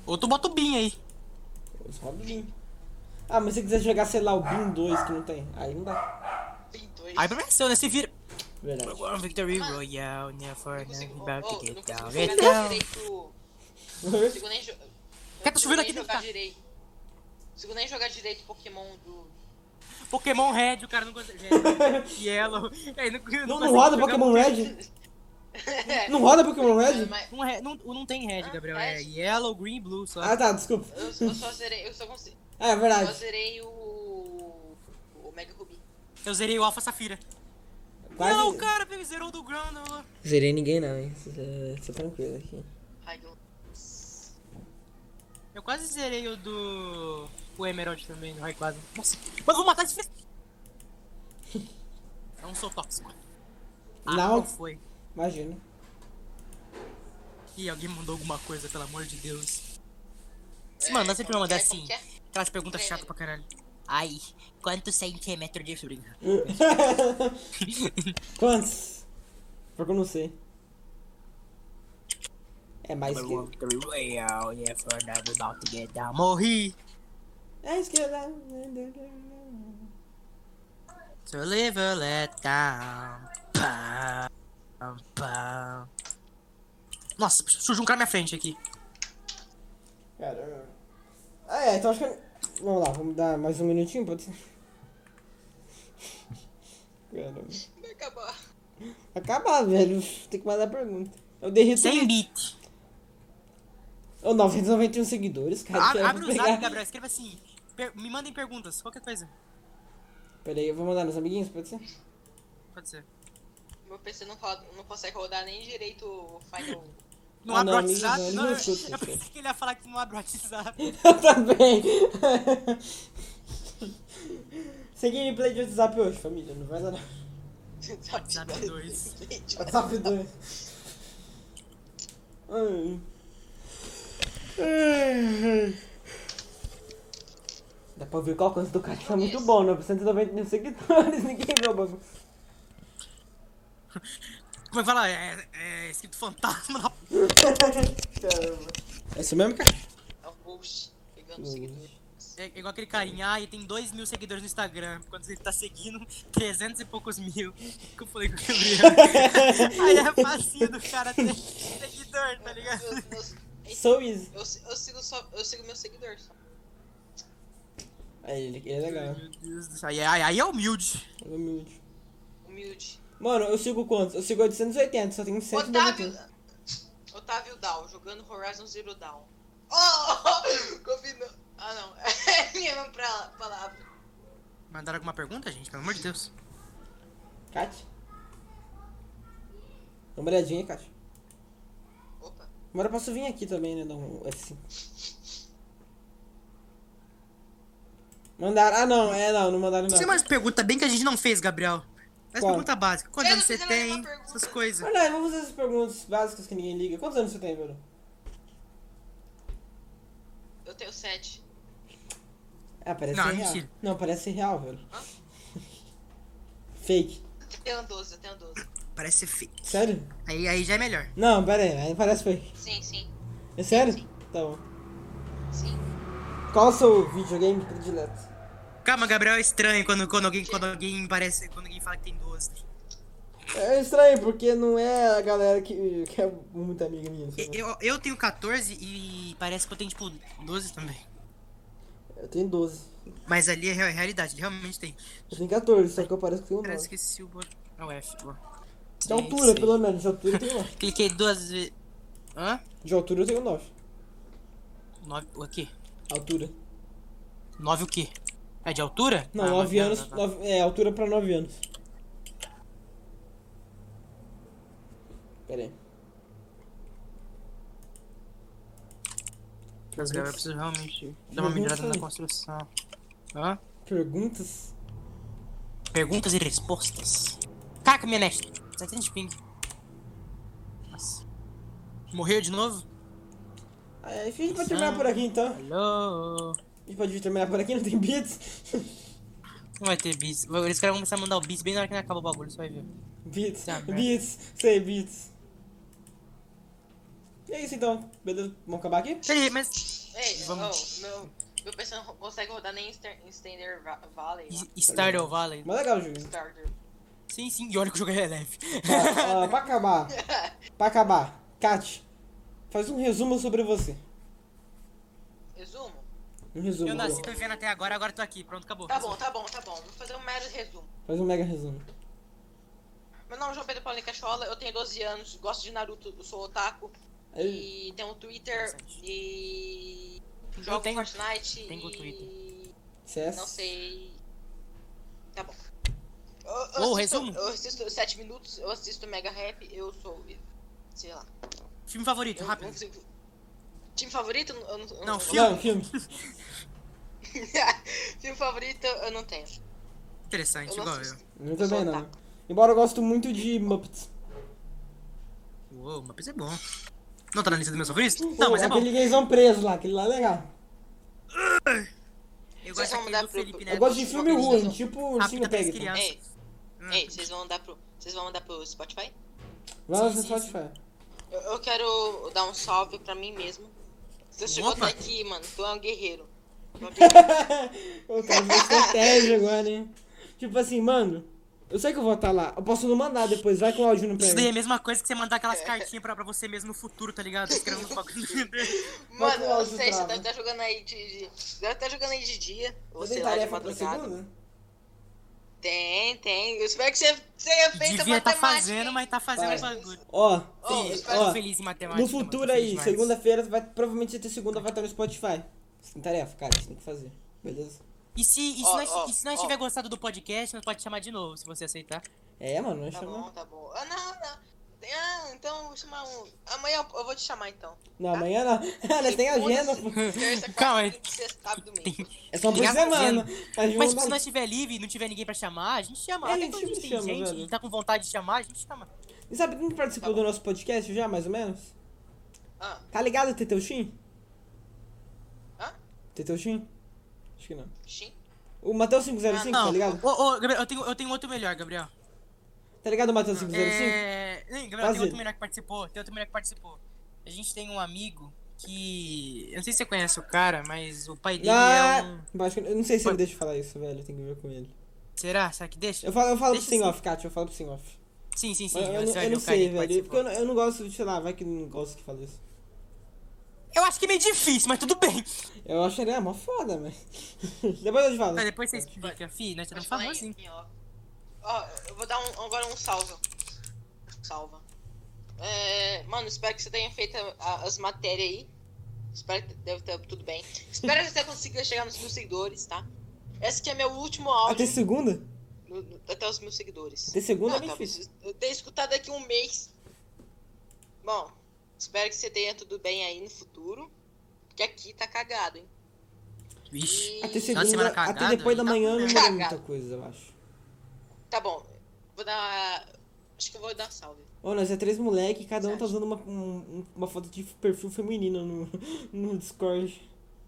Ou tu bota o Bin aí. Só do Bim. Ah, mas se você quiser jogar, sei lá, o BIM 2 que não tem, aí não dá. Tem dois. Aí pra mim é seu, né? Se vira. Verdade. One Victory Mano, Royale, né? Não never consigo, about oh, to oh, eu não get down. consigo jogar Get down. direito. Não consigo nem jogar. Cara, tá chovendo aqui Não dentro consigo nem jogar de direito. Não consigo nem jogar direito Pokémon do. Pokémon Red, o cara não consegue. Red, Yellow. Aí, não, Não, não consegue roda jogar- Pokémon Red? Não roda Pokémon Red? Mas Não, re- não, não tem um Red, Gabriel. Ah, É Red. Yellow, Green, Blue só. Ah tá, desculpa. eu, eu só zerei. Eu só consigo. Ah, é Só verdade. zerei o. O Mega Ruby. Eu zerei o Alpha Safira. Quase- Não, cara, pega- zerou do Ground. Zerei ninguém não, hein? Tô- Tô é tranquilo aqui. Ai, eu- Eu quase zerei o do. O Emerald também, do Rayquaza. Nossa, mas eu vou matar esse filho. Não sou tóxico. Ah, Não. foi. Imagina. Ih, alguém mandou alguma coisa, pelo amor de Deus. Se É, mandar, sempre vai como mandar que é, como assim. que é? Aquelas perguntas chatas pra caralho. Ai, quantos centímetros de brinca? Quantos? Porque eu não sei. É mais que. Morri! É esquerda. To live or let down. Pá, pá. Nossa, surgiu um cara na minha frente aqui. Cara. Ah, é, então acho que. Vamos lá, vamos dar mais um minutinho, pode ser? Caramba. Vai acabar. Acabar, velho. Tem que mandar pergunta. Eu derrito. Sem bit. Ô, 991 seguidores, cara. que eu A- vou Abre o pegar. zap, Gabriel, escreva assim. per- Me mandem perguntas, qualquer coisa. Pera aí, eu vou mandar nos amiguinhos, pode ser? Pode ser. Meu PC não, roda- não consegue rodar nem direito o Final. Não Ah, abre o não, amigos, WhatsApp. não, Não, não eu, escuta, eu pensei que ele ia falar que não abre o WhatsApp. Eu também. Sem gameplay de WhatsApp hoje, família. Não vai dar nada. WhatsApp 2. WhatsApp 2. Ai. Ai. Dá pra ver qual coisa do cara tá muito bom, 990 mil seguidores, ninguém viu o bagulho. Como é que fala? É, é escrito fantasma na Caramba. É isso mesmo, cara? É um ghost pegando os seguidores. É igual aquele carinha, ah, ele tem 2 mil seguidores no Instagram. Quando ele tá seguindo, 300 e poucos mil. Que eu falei com o Gabriel. Aí é facinho do cara ter seguidor, tá ligado? Meus- meus- So easy. Eu, si- eu sigo só. Eu sigo meus seguidores só. Aí, ele, ele é legal. Meu Deus do céu. Aí, aí, aí é humilde. Ele é humilde. Humilde. Mano, eu sigo quantos? Eu sigo 880, só tenho Otávio. 190. Otávio Down, jogando Horizon Zero Down. Oh! Combinou. Ah não. É a minha pra- palavra. Mandaram alguma pergunta, gente? Pelo amor de Deus. Kat? Dá uma olhadinha aí, Kat. Opa. Uma hora eu posso vir aqui também, né? Dar um F5. Mandaram. Ah, não, é, não, não mandaram Tem nada. mais pergunta bem que a gente não fez, Gabriel. Mas Qual? pergunta básica. Quantos Eu anos não você fiz nenhuma tem? pergunta. Essas coisas. Verdade, vamos fazer essas perguntas básicas que ninguém liga. Quantos anos você tem, Bruno? Eu tenho sete. Ah, parece Não, ser é real. mentira. Não, parece ser real, velho. Hã? Fake. Eu tenho 12, eu tenho 12. Parece fake. Sério? Aí, aí já é melhor. Não, pera aí, aí parece fake. Sim, sim. É sério? Sim. Tá bom. Sim. Qual o seu videogame predileto? Calma, Gabriel, é estranho quando, quando, alguém, quando alguém parece. Quando alguém fala que tem 12. É estranho, porque não é a galera que, que é muito amiga minha. E- sabe? Eu, eu tenho 14 e parece que eu tenho, tipo, 12 também. Eu tenho 12. Mas ali é real- realidade, realmente tem. Eu tenho 14, só que eu pareço que um tenho 9. Parece que esse o bot- É o F, pô. De altura, pelo menos. De altura um eu tenho 9. Cliquei duas vezes. Hã? De altura eu tenho um 9. 9 o quê? Altura. Ah, 9 o quê? É de altura? Não, Ah, 9 não, anos. não, não. nove- é, altura pra 9 anos. Pera aí. Mas, Gabriel, eu preciso realmente dar Perguntas uma melhorada aí. na construção. Hã? Perguntas? Perguntas e respostas. Caca, minha nest. 700 ping. Nossa. Morreu de novo? Ah, é, enfim, a gente pode terminar por aqui então. Alô? A gente pode terminar por aqui, não tem bits. Não vai ter bis. Eles caras vão começar a mandar o bis bem na hora que acaba o bagulho, você vai ver. Beats, Tá, né? beats, sem beats. E é isso então, beleza? Vamos acabar aqui? Peraí, mas. Ei, Vamos. oh, meu, meu PC não consegue rodar nem Star- Standard Va- Valley. lá. E- Stardew Valley. Mas é legal o jogo. Stardew. Sim, sim, e olha que o jogo é leve. Ah, ah, pra acabar, pra acabar, Kat, faz um resumo sobre você. Resumo? Um resumo. Eu nasci, tô pô. vivendo até agora, agora tô aqui, pronto, acabou. Tá bom, tá bom, tá bom. Vou fazer um mero resumo. Faz um mega resumo. Meu nome é João Pedro Paulinho Cachola, eu tenho 12 anos, gosto de Naruto, eu sou otaku. Aí, E tenho um Twitter Interessante. e. Eu Jogo tenho- Fortnite tenho e. CS. Não sei. Tá bom. Eu, eu Ou assisto, resumo? eu assisto 7 minutos, eu assisto Mega Rap, eu sou. Sei lá. Filme favorito, Eu rápido. não consigo- Time favorito? Eu não, eu Não, gosto. Não, filme. Filme favorito eu não tenho. Interessante, Eu não igual assisto. eu. Eu sou também não. otaku. Embora eu gosto muito de Muppets. Uou, mas isso é bom. Não tá na lista dos meus favoritos? Não, Pô, mas é bom. aquele gayzão preso lá, aquele lá é legal. Eu gosto Vocês daquele vão mudar do pro- Felipe eu Eu Neto. gosto de filme Muppets ruim, não. tipo Ah, Ursinho Pita Pés Peg. Criança. Ei, Ah, ei, vocês vão mandar pro. Vocês vão mandar pro Spotify? Vai lá no Sim, sim, Spotify. Eu, eu quero dar um salve pra mim mesmo. Você chegou Opa. até aqui, mano. Tu é um guerreiro. Tu é um guerreiro. Ô, cara, uma estratégia agora, hein? Tipo assim, mano, Eu sei que eu vou estar lá. Eu posso não mandar depois, vai que o áudio não Isso pega. daí é a mesma coisa que você mandar aquelas É. cartinhas pra, pra você mesmo no futuro, tá ligado? Escrevendo um bagulho. Mas Mano, o é eu não áudio sei, você trava. deve estar jogando aí de. de- Deve estar jogando aí de dia. Ou é Você sei tem lá, de tarefa pra madrugada. segunda? Tem, tem. Eu espero que você tenha feito Devia tá matemática. fazendo, hein? mas tá fazendo Vai. o bagulho. Ó, Ó, tem- eu espero ó, Tô feliz em matemática. no mano, tô futuro feliz aí, demais. segunda-feira, vai, provavelmente até segunda vai estar no Spotify. Você tem tarefa, cara, você tem que fazer. Beleza? E se, e se Ó, nós, ó, e se nós ó. tiver gostado do podcast, nós pode chamar de novo, se você aceitar. É, mano, não é Tá chamar. bom, tá bom. Ah, não, não. Ah, então eu vou chamar um. Amanhã eu eu vou te chamar então. Não, amanhã não. Nós tem agenda, pô. Terça, Calma quarta, aí. quinta, sexta, sábado, domingo. É só por Tem semana. um Mas Mas vamos tipo, se dar- nós tiver livre e não tiver ninguém pra chamar, a gente chama. É, Até a gente quando a gente tem chama, gente velho. e tá com vontade de chamar, a gente chama. E sabe quem participou Tá do nosso podcast já, mais ou menos? Ah, Tá ligado, Teteu Shin? Hã? Teteu Shin? Acho que não. sim. O Matheus 505, Ah, não, tá ligado? Ô, ô, Gabriel, eu tenho, eu tenho outro melhor, Gabriel. Tá ligado o Matheus 505? É... Ei, Gabriel, Fazer. tem outro melhor que participou. Tem outro melhor que participou. A gente tem um amigo que. Eu não sei se você conhece o cara, mas o pai dele é um. Ah, acho que- eu não sei se ele Foi. deixa eu falar isso, velho. Tem que ver com ele. Será? Será que deixa? Eu falo, eu falo pro Deixa sim assim. off, Kátia. Eu falo pro sim off. Sim, sim, sim. Mas eu, você não, eu vai ver não o cara sei, que velho. participou. Porque eu não, eu não gosto de, sei lá, vai que não gosto que fala isso. Eu acho que é meio difícil, mas tudo bem. Eu acho ele é mó foda, mas. Depois eu te falo. Mas depois você explica, fi, nós estamos falar em- famosinhos. em off. Ó, eu vou dar um, agora um salva. Salva. É, mano, espero que você tenha feito a- a- as matérias aí. Espero que deve ter tudo bem. Espero que você consiga chegar nos meus seguidores, tá? Esse aqui é meu último áudio Até segunda? no- no- até os meus seguidores. Até segunda é Não, bem talvez difícil. eu tenha escutado daqui um mês. Bom, espero que você tenha tudo bem aí no futuro. Porque aqui tá cagado, hein? Vixe. Até Nossa, semana segunda. Até cagada, depois da tá manhã não fudendo. muda Cagada. muita coisa, eu acho. Tá bom. Vou dar. Acho que eu vou dar salve. Ô, nós é três moleque e cada um tá Certo. usando uma, um- uma foto de perfil feminino no, no Discord.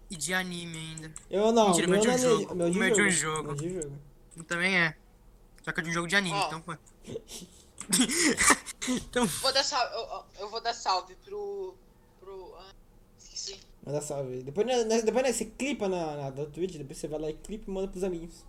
E de anime ainda. Eu não, Mentira, meu meu de um não é jogo. ne- Meu de Meu de um jogo. jogo. Meu de jogo. Também é. Só que é de um jogo de anime, Ó. então, pô. Vou dar salve. Eu, eu- eu vou dar salve pro. pro. Ah, esqueci. Manda salve. é Depois, nós- nós- depois nós- você clipa na, na da Twitch, depois você vai lá e clipa e manda pros amigos.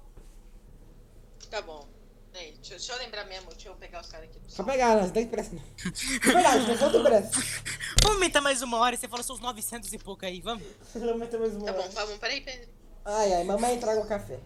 Tá bom. Peraí, deixa, eu- deixa eu lembrar mesmo, deixa eu pegar os caras aqui do Só salve. pegar, nós não tem pressa não. É verdade, nós não tem pressa. Vamos aumentar mais uma hora, você falou seus 900 e pouco aí, vamos? Não vai ter mais uma Tá bom, hora. tá bom, peraí, peraí. Ai, ai, mamãe traga o café.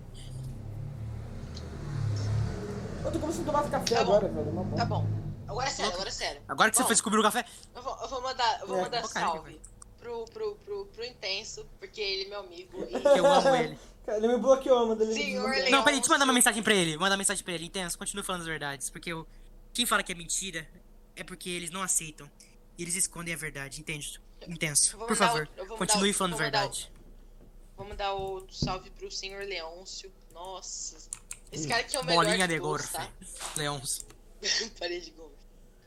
Eu tô começando a tomar café Tá bom. agora, velho. Uma Tá boa. bom. Agora é sério, agora é sério. Agora que Bom, você foi descobrir o café. Eu vou, eu vou mandar, eu vou É, mandar Tá vou cair, salve pro, pro, pro, pro Intenso, porque ele é meu amigo. Que eu amo ele. Cara, ele me bloqueou, manda ele. Senhor desbloquear. Leão. Não, peraí, deixa eu mandar uma mensagem pra ele. Mandar uma mensagem pra ele. Intenso, continue falando as verdades. Porque eu... quem fala que é mentira é porque eles não aceitam. E eles escondem a verdade, entende? Intenso, Eu vou por mandar favor, outro- eu vou mandar continue outro- falando vou mandar verdade. E vou mandar o salve pro Senhor Leôncio. Nossa. Esse cara aqui é o melhor Bolinha de de todos, golfe. tá? Leons. Parei de gol.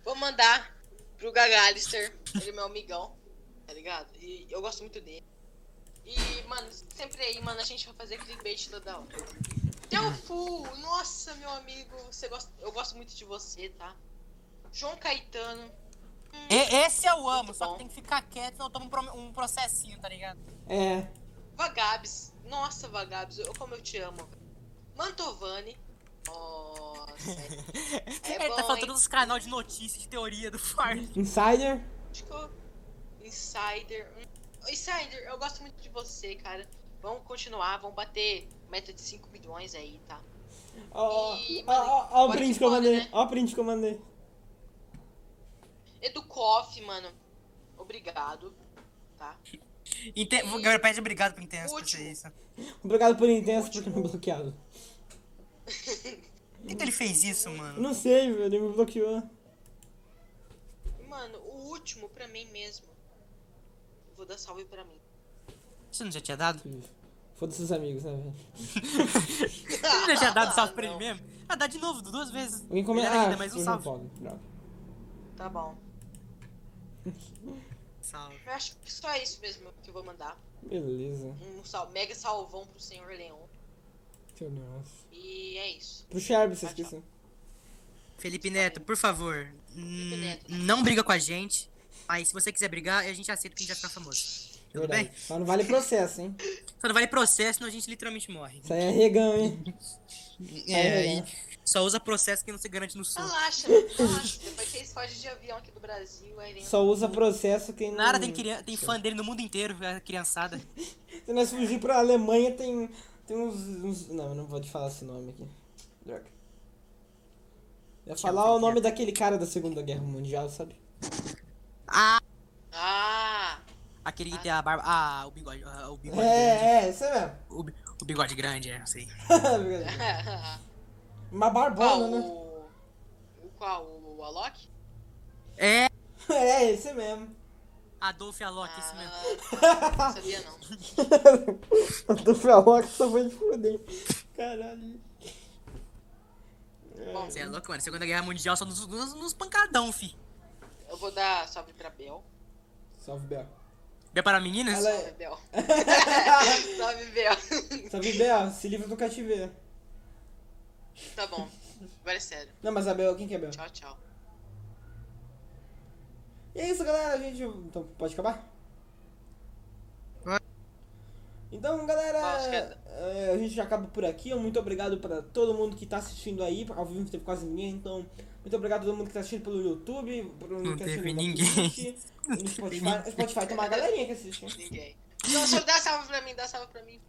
Vou mandar pro Gagalister, ele é meu amigão, tá ligado? E eu gosto muito dele. E, mano, sempre aí, mano, a gente vai fazer clickbait toda hora. Teofu, nossa, meu amigo, você gosta, eu gosto muito de você, tá? João Caetano, E- É, esse eu amo, Muito só bom. que tem que ficar quieto, senão toma um, pro- um processinho, tá ligado? É. Vagabes, nossa, Vagabes, eu, como eu te amo. velho. Mantovani, nossa, É ele tá bom, falando hein? todos os canais de notícia, de teoria do farm. Insider. Acho que eu- Insider. Hum, Insider, eu gosto muito de você, cara. Vamos continuar, vamos bater meta de 5 milhões aí, tá? Ó, ó, E, mano, ó, ó, ó o bora print que que eu bora, mandei. né? Ó o print que eu mandei. Edu Koff, mano. Obrigado. Tá? Inte... Gabriel, pede obrigado pro Intenso por Último. ser isso. Obrigado por intenso porque me bloqueado. Por que, que ele fez isso, mano? Eu não sei, velho, ele me bloqueou. E, Mano, o último pra mim mesmo. Vou dar salve pra mim. Você não já tinha dado? Foda-se os amigos, né, velho? Você já tinha dado salve pra Ah, ele não. mesmo? Ah, dá de novo, duas vezes. Alguém comenta. Melhor Ah, ainda, mais um eu não salve. posso, droga. Tá bom. Salve. Eu acho que só isso mesmo que eu vou mandar. Beleza. Um sal mega salvão pro Senhor Leão. Teu Deus. E é isso. Pro Sharp, você Ah, Vai, tchau. esqueceu. Felipe Neto, por favor, hum, Neto, né? não briga com a gente. Aí, se você quiser brigar, a gente aceita que a gente vai ficar famoso. Tudo Verdade. bem? Mas não vale processo, hein? Só não vale processo, senão a gente literalmente morre. Isso aí é regão, hein? É, Aí, e só usa processo que não se garante no sul. Relaxa, mano, relaxa. Depois vocês fogem de avião aqui do Brasil, aí vem Só usa processo quem não... Nada, tem, crian- tem fã dele no mundo inteiro, a criançada. Se nós fugir pra Alemanha, tem, tem uns, uns- Não, eu não vou te falar esse nome aqui. Droga. Eu ia falar o nome daquele cara da Segunda Guerra Mundial, sabe? Ah! Aquele que tem a barba. Ah, o bigode. ah, o bigode grande. É, é, isso mesmo. O, bi- o bigode grande, é, eu sei. Brincadeira. Uma qual? barbona, né? O... o qual? O Alok? É! É, esse mesmo. Adolf Alok, esse mesmo. Ah, não sabia não. Eu tô falando que só foi de foder. Caralho. Bom, Você é louco, mano. Segunda Guerra Mundial só nos, nos, nos pancadão, fi. eu vou dar salve pra Bel. Salve, Bel. Bem É para meninas? Ela- é- Salve, Bel. salve, Bel. Salve, Bel. Se livra do cativeiro. tá bom. Agora é sério. Não, mas a Bel, quem que é a Bel? Tchau, tchau. E é isso, galera. A gente. Então, pode acabar? Vai. Então, galera, Acho que é- eh, a gente já acaba por aqui. Muito obrigado pra todo mundo que tá assistindo aí. Ao vivo teve quase ninguém, então. Muito obrigado a todo mundo que tá assistindo pelo YouTube. Pro mundo que tá teve assistindo na ninguém. Twitch, No Spotify. O Spotify tem uma galerinha que assiste. né? Ninguém. Não, só dá salve pra mim, dá salve pra mim.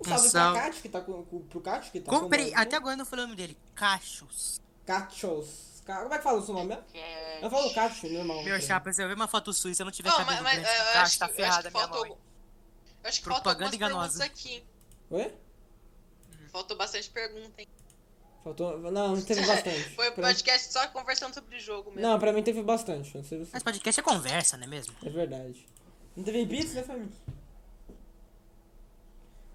Um salve, salve. pra Cátia, que tá com, com- pro Cátia, que tá Comprei. com o- Até agora eu não falei o nome dele. Cachos. Cachos. Ca- Como é que fala o seu nome mesmo? É... Eu falo Cacho, normal. Meu chapa, se eu ver uma foto sua e se eu não tiver Não, mas, cabelo mas grande, é, eu cacho, acho, tá que, eu acho ferrada que minha faltou. mãe. Eu acho que faltam Propaganda algumas perguntas enganosa. Hum. aqui. Oi? Faltou bastante pergunta, hein? Faltou. Não, teve bastante. Foi um Pra mim- podcast só conversando sobre o jogo mesmo. Não, pra mim teve bastante. Não sei você. Mas podcast é conversa, não é mesmo? É verdade. Não teve beats, né, família?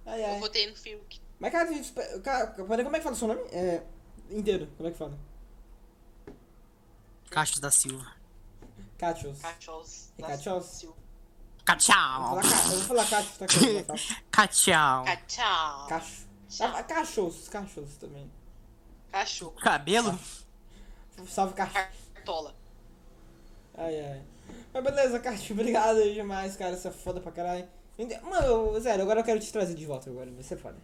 Ai, Eu ai. votei no Fiuk. Mas, cara, a gente espe- cara, peraí, como é que fala o seu nome? É. Inteiro, como é que fala? Cachos da Silva. Cachos. Cachorros. É cachorros? Eu vou Cachau! falar ca- eu vou falar cachos, tá? que eu vou falar Cachau! Cachorro. Cacho. Ah, Cachos, cachos também. Cachorro. Cabelo? Salve, cacho. Cartola. Ai, ai. Mas beleza, Cássio, obrigado demais, cara. Você é foda pra caralho. Ente- Mano, eu- sério, agora eu quero te trazer de volta agora. Você é foda.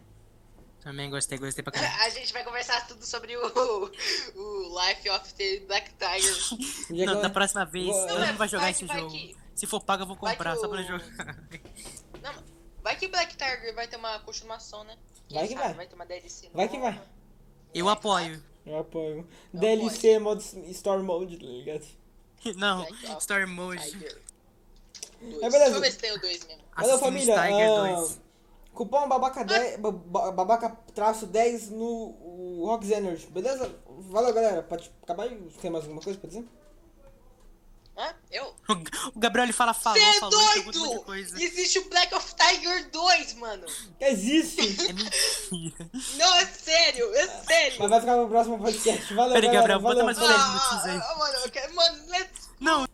Também gostei, gostei pra caralho. A gente vai conversar tudo sobre o, o Life of the Black Tiger. Um dia que Não, eu- da próxima vez, Boa. eu não vou jogar Vai esse que- vai jogo. que- Se for pago, eu vou vai comprar, que só o- pra jogar. Não, vai que Black Tiger vai ter uma continuação, né? Vai que sabe? vai. Vai ter uma DLC. Vai que nova. vai. Eu apoio. Eu apoio. Não DLC modo Store Mode, tá ligado? Não, Vai que vai. Story Mode. Tiger. Dois. É beleza. Deixa eu ver se tem o 2 mesmo. Valeu, Assassin's família. Tiger ah, 2. Cupom babaca, 10, ba- ba- babaca traço 10 no o Rocks Energy, beleza? Valeu, galera. Pode acabar aí? Tem mais alguma coisa pra dizer? Hã? Eu? O Gabriel ele fala, falou, Você é falou, jogou um monte de doido! coisa. Existe o Black of Tiger 2, mano. Existe! É mentira. Não, é sério, é sério. Ah, Mas vai ficar pro próximo podcast. Valeu, Peraí, galera. Gabriel, bota valeu, Ah, mais falou. dez minutinhos aí. mano, eu quero- mano, let's Não,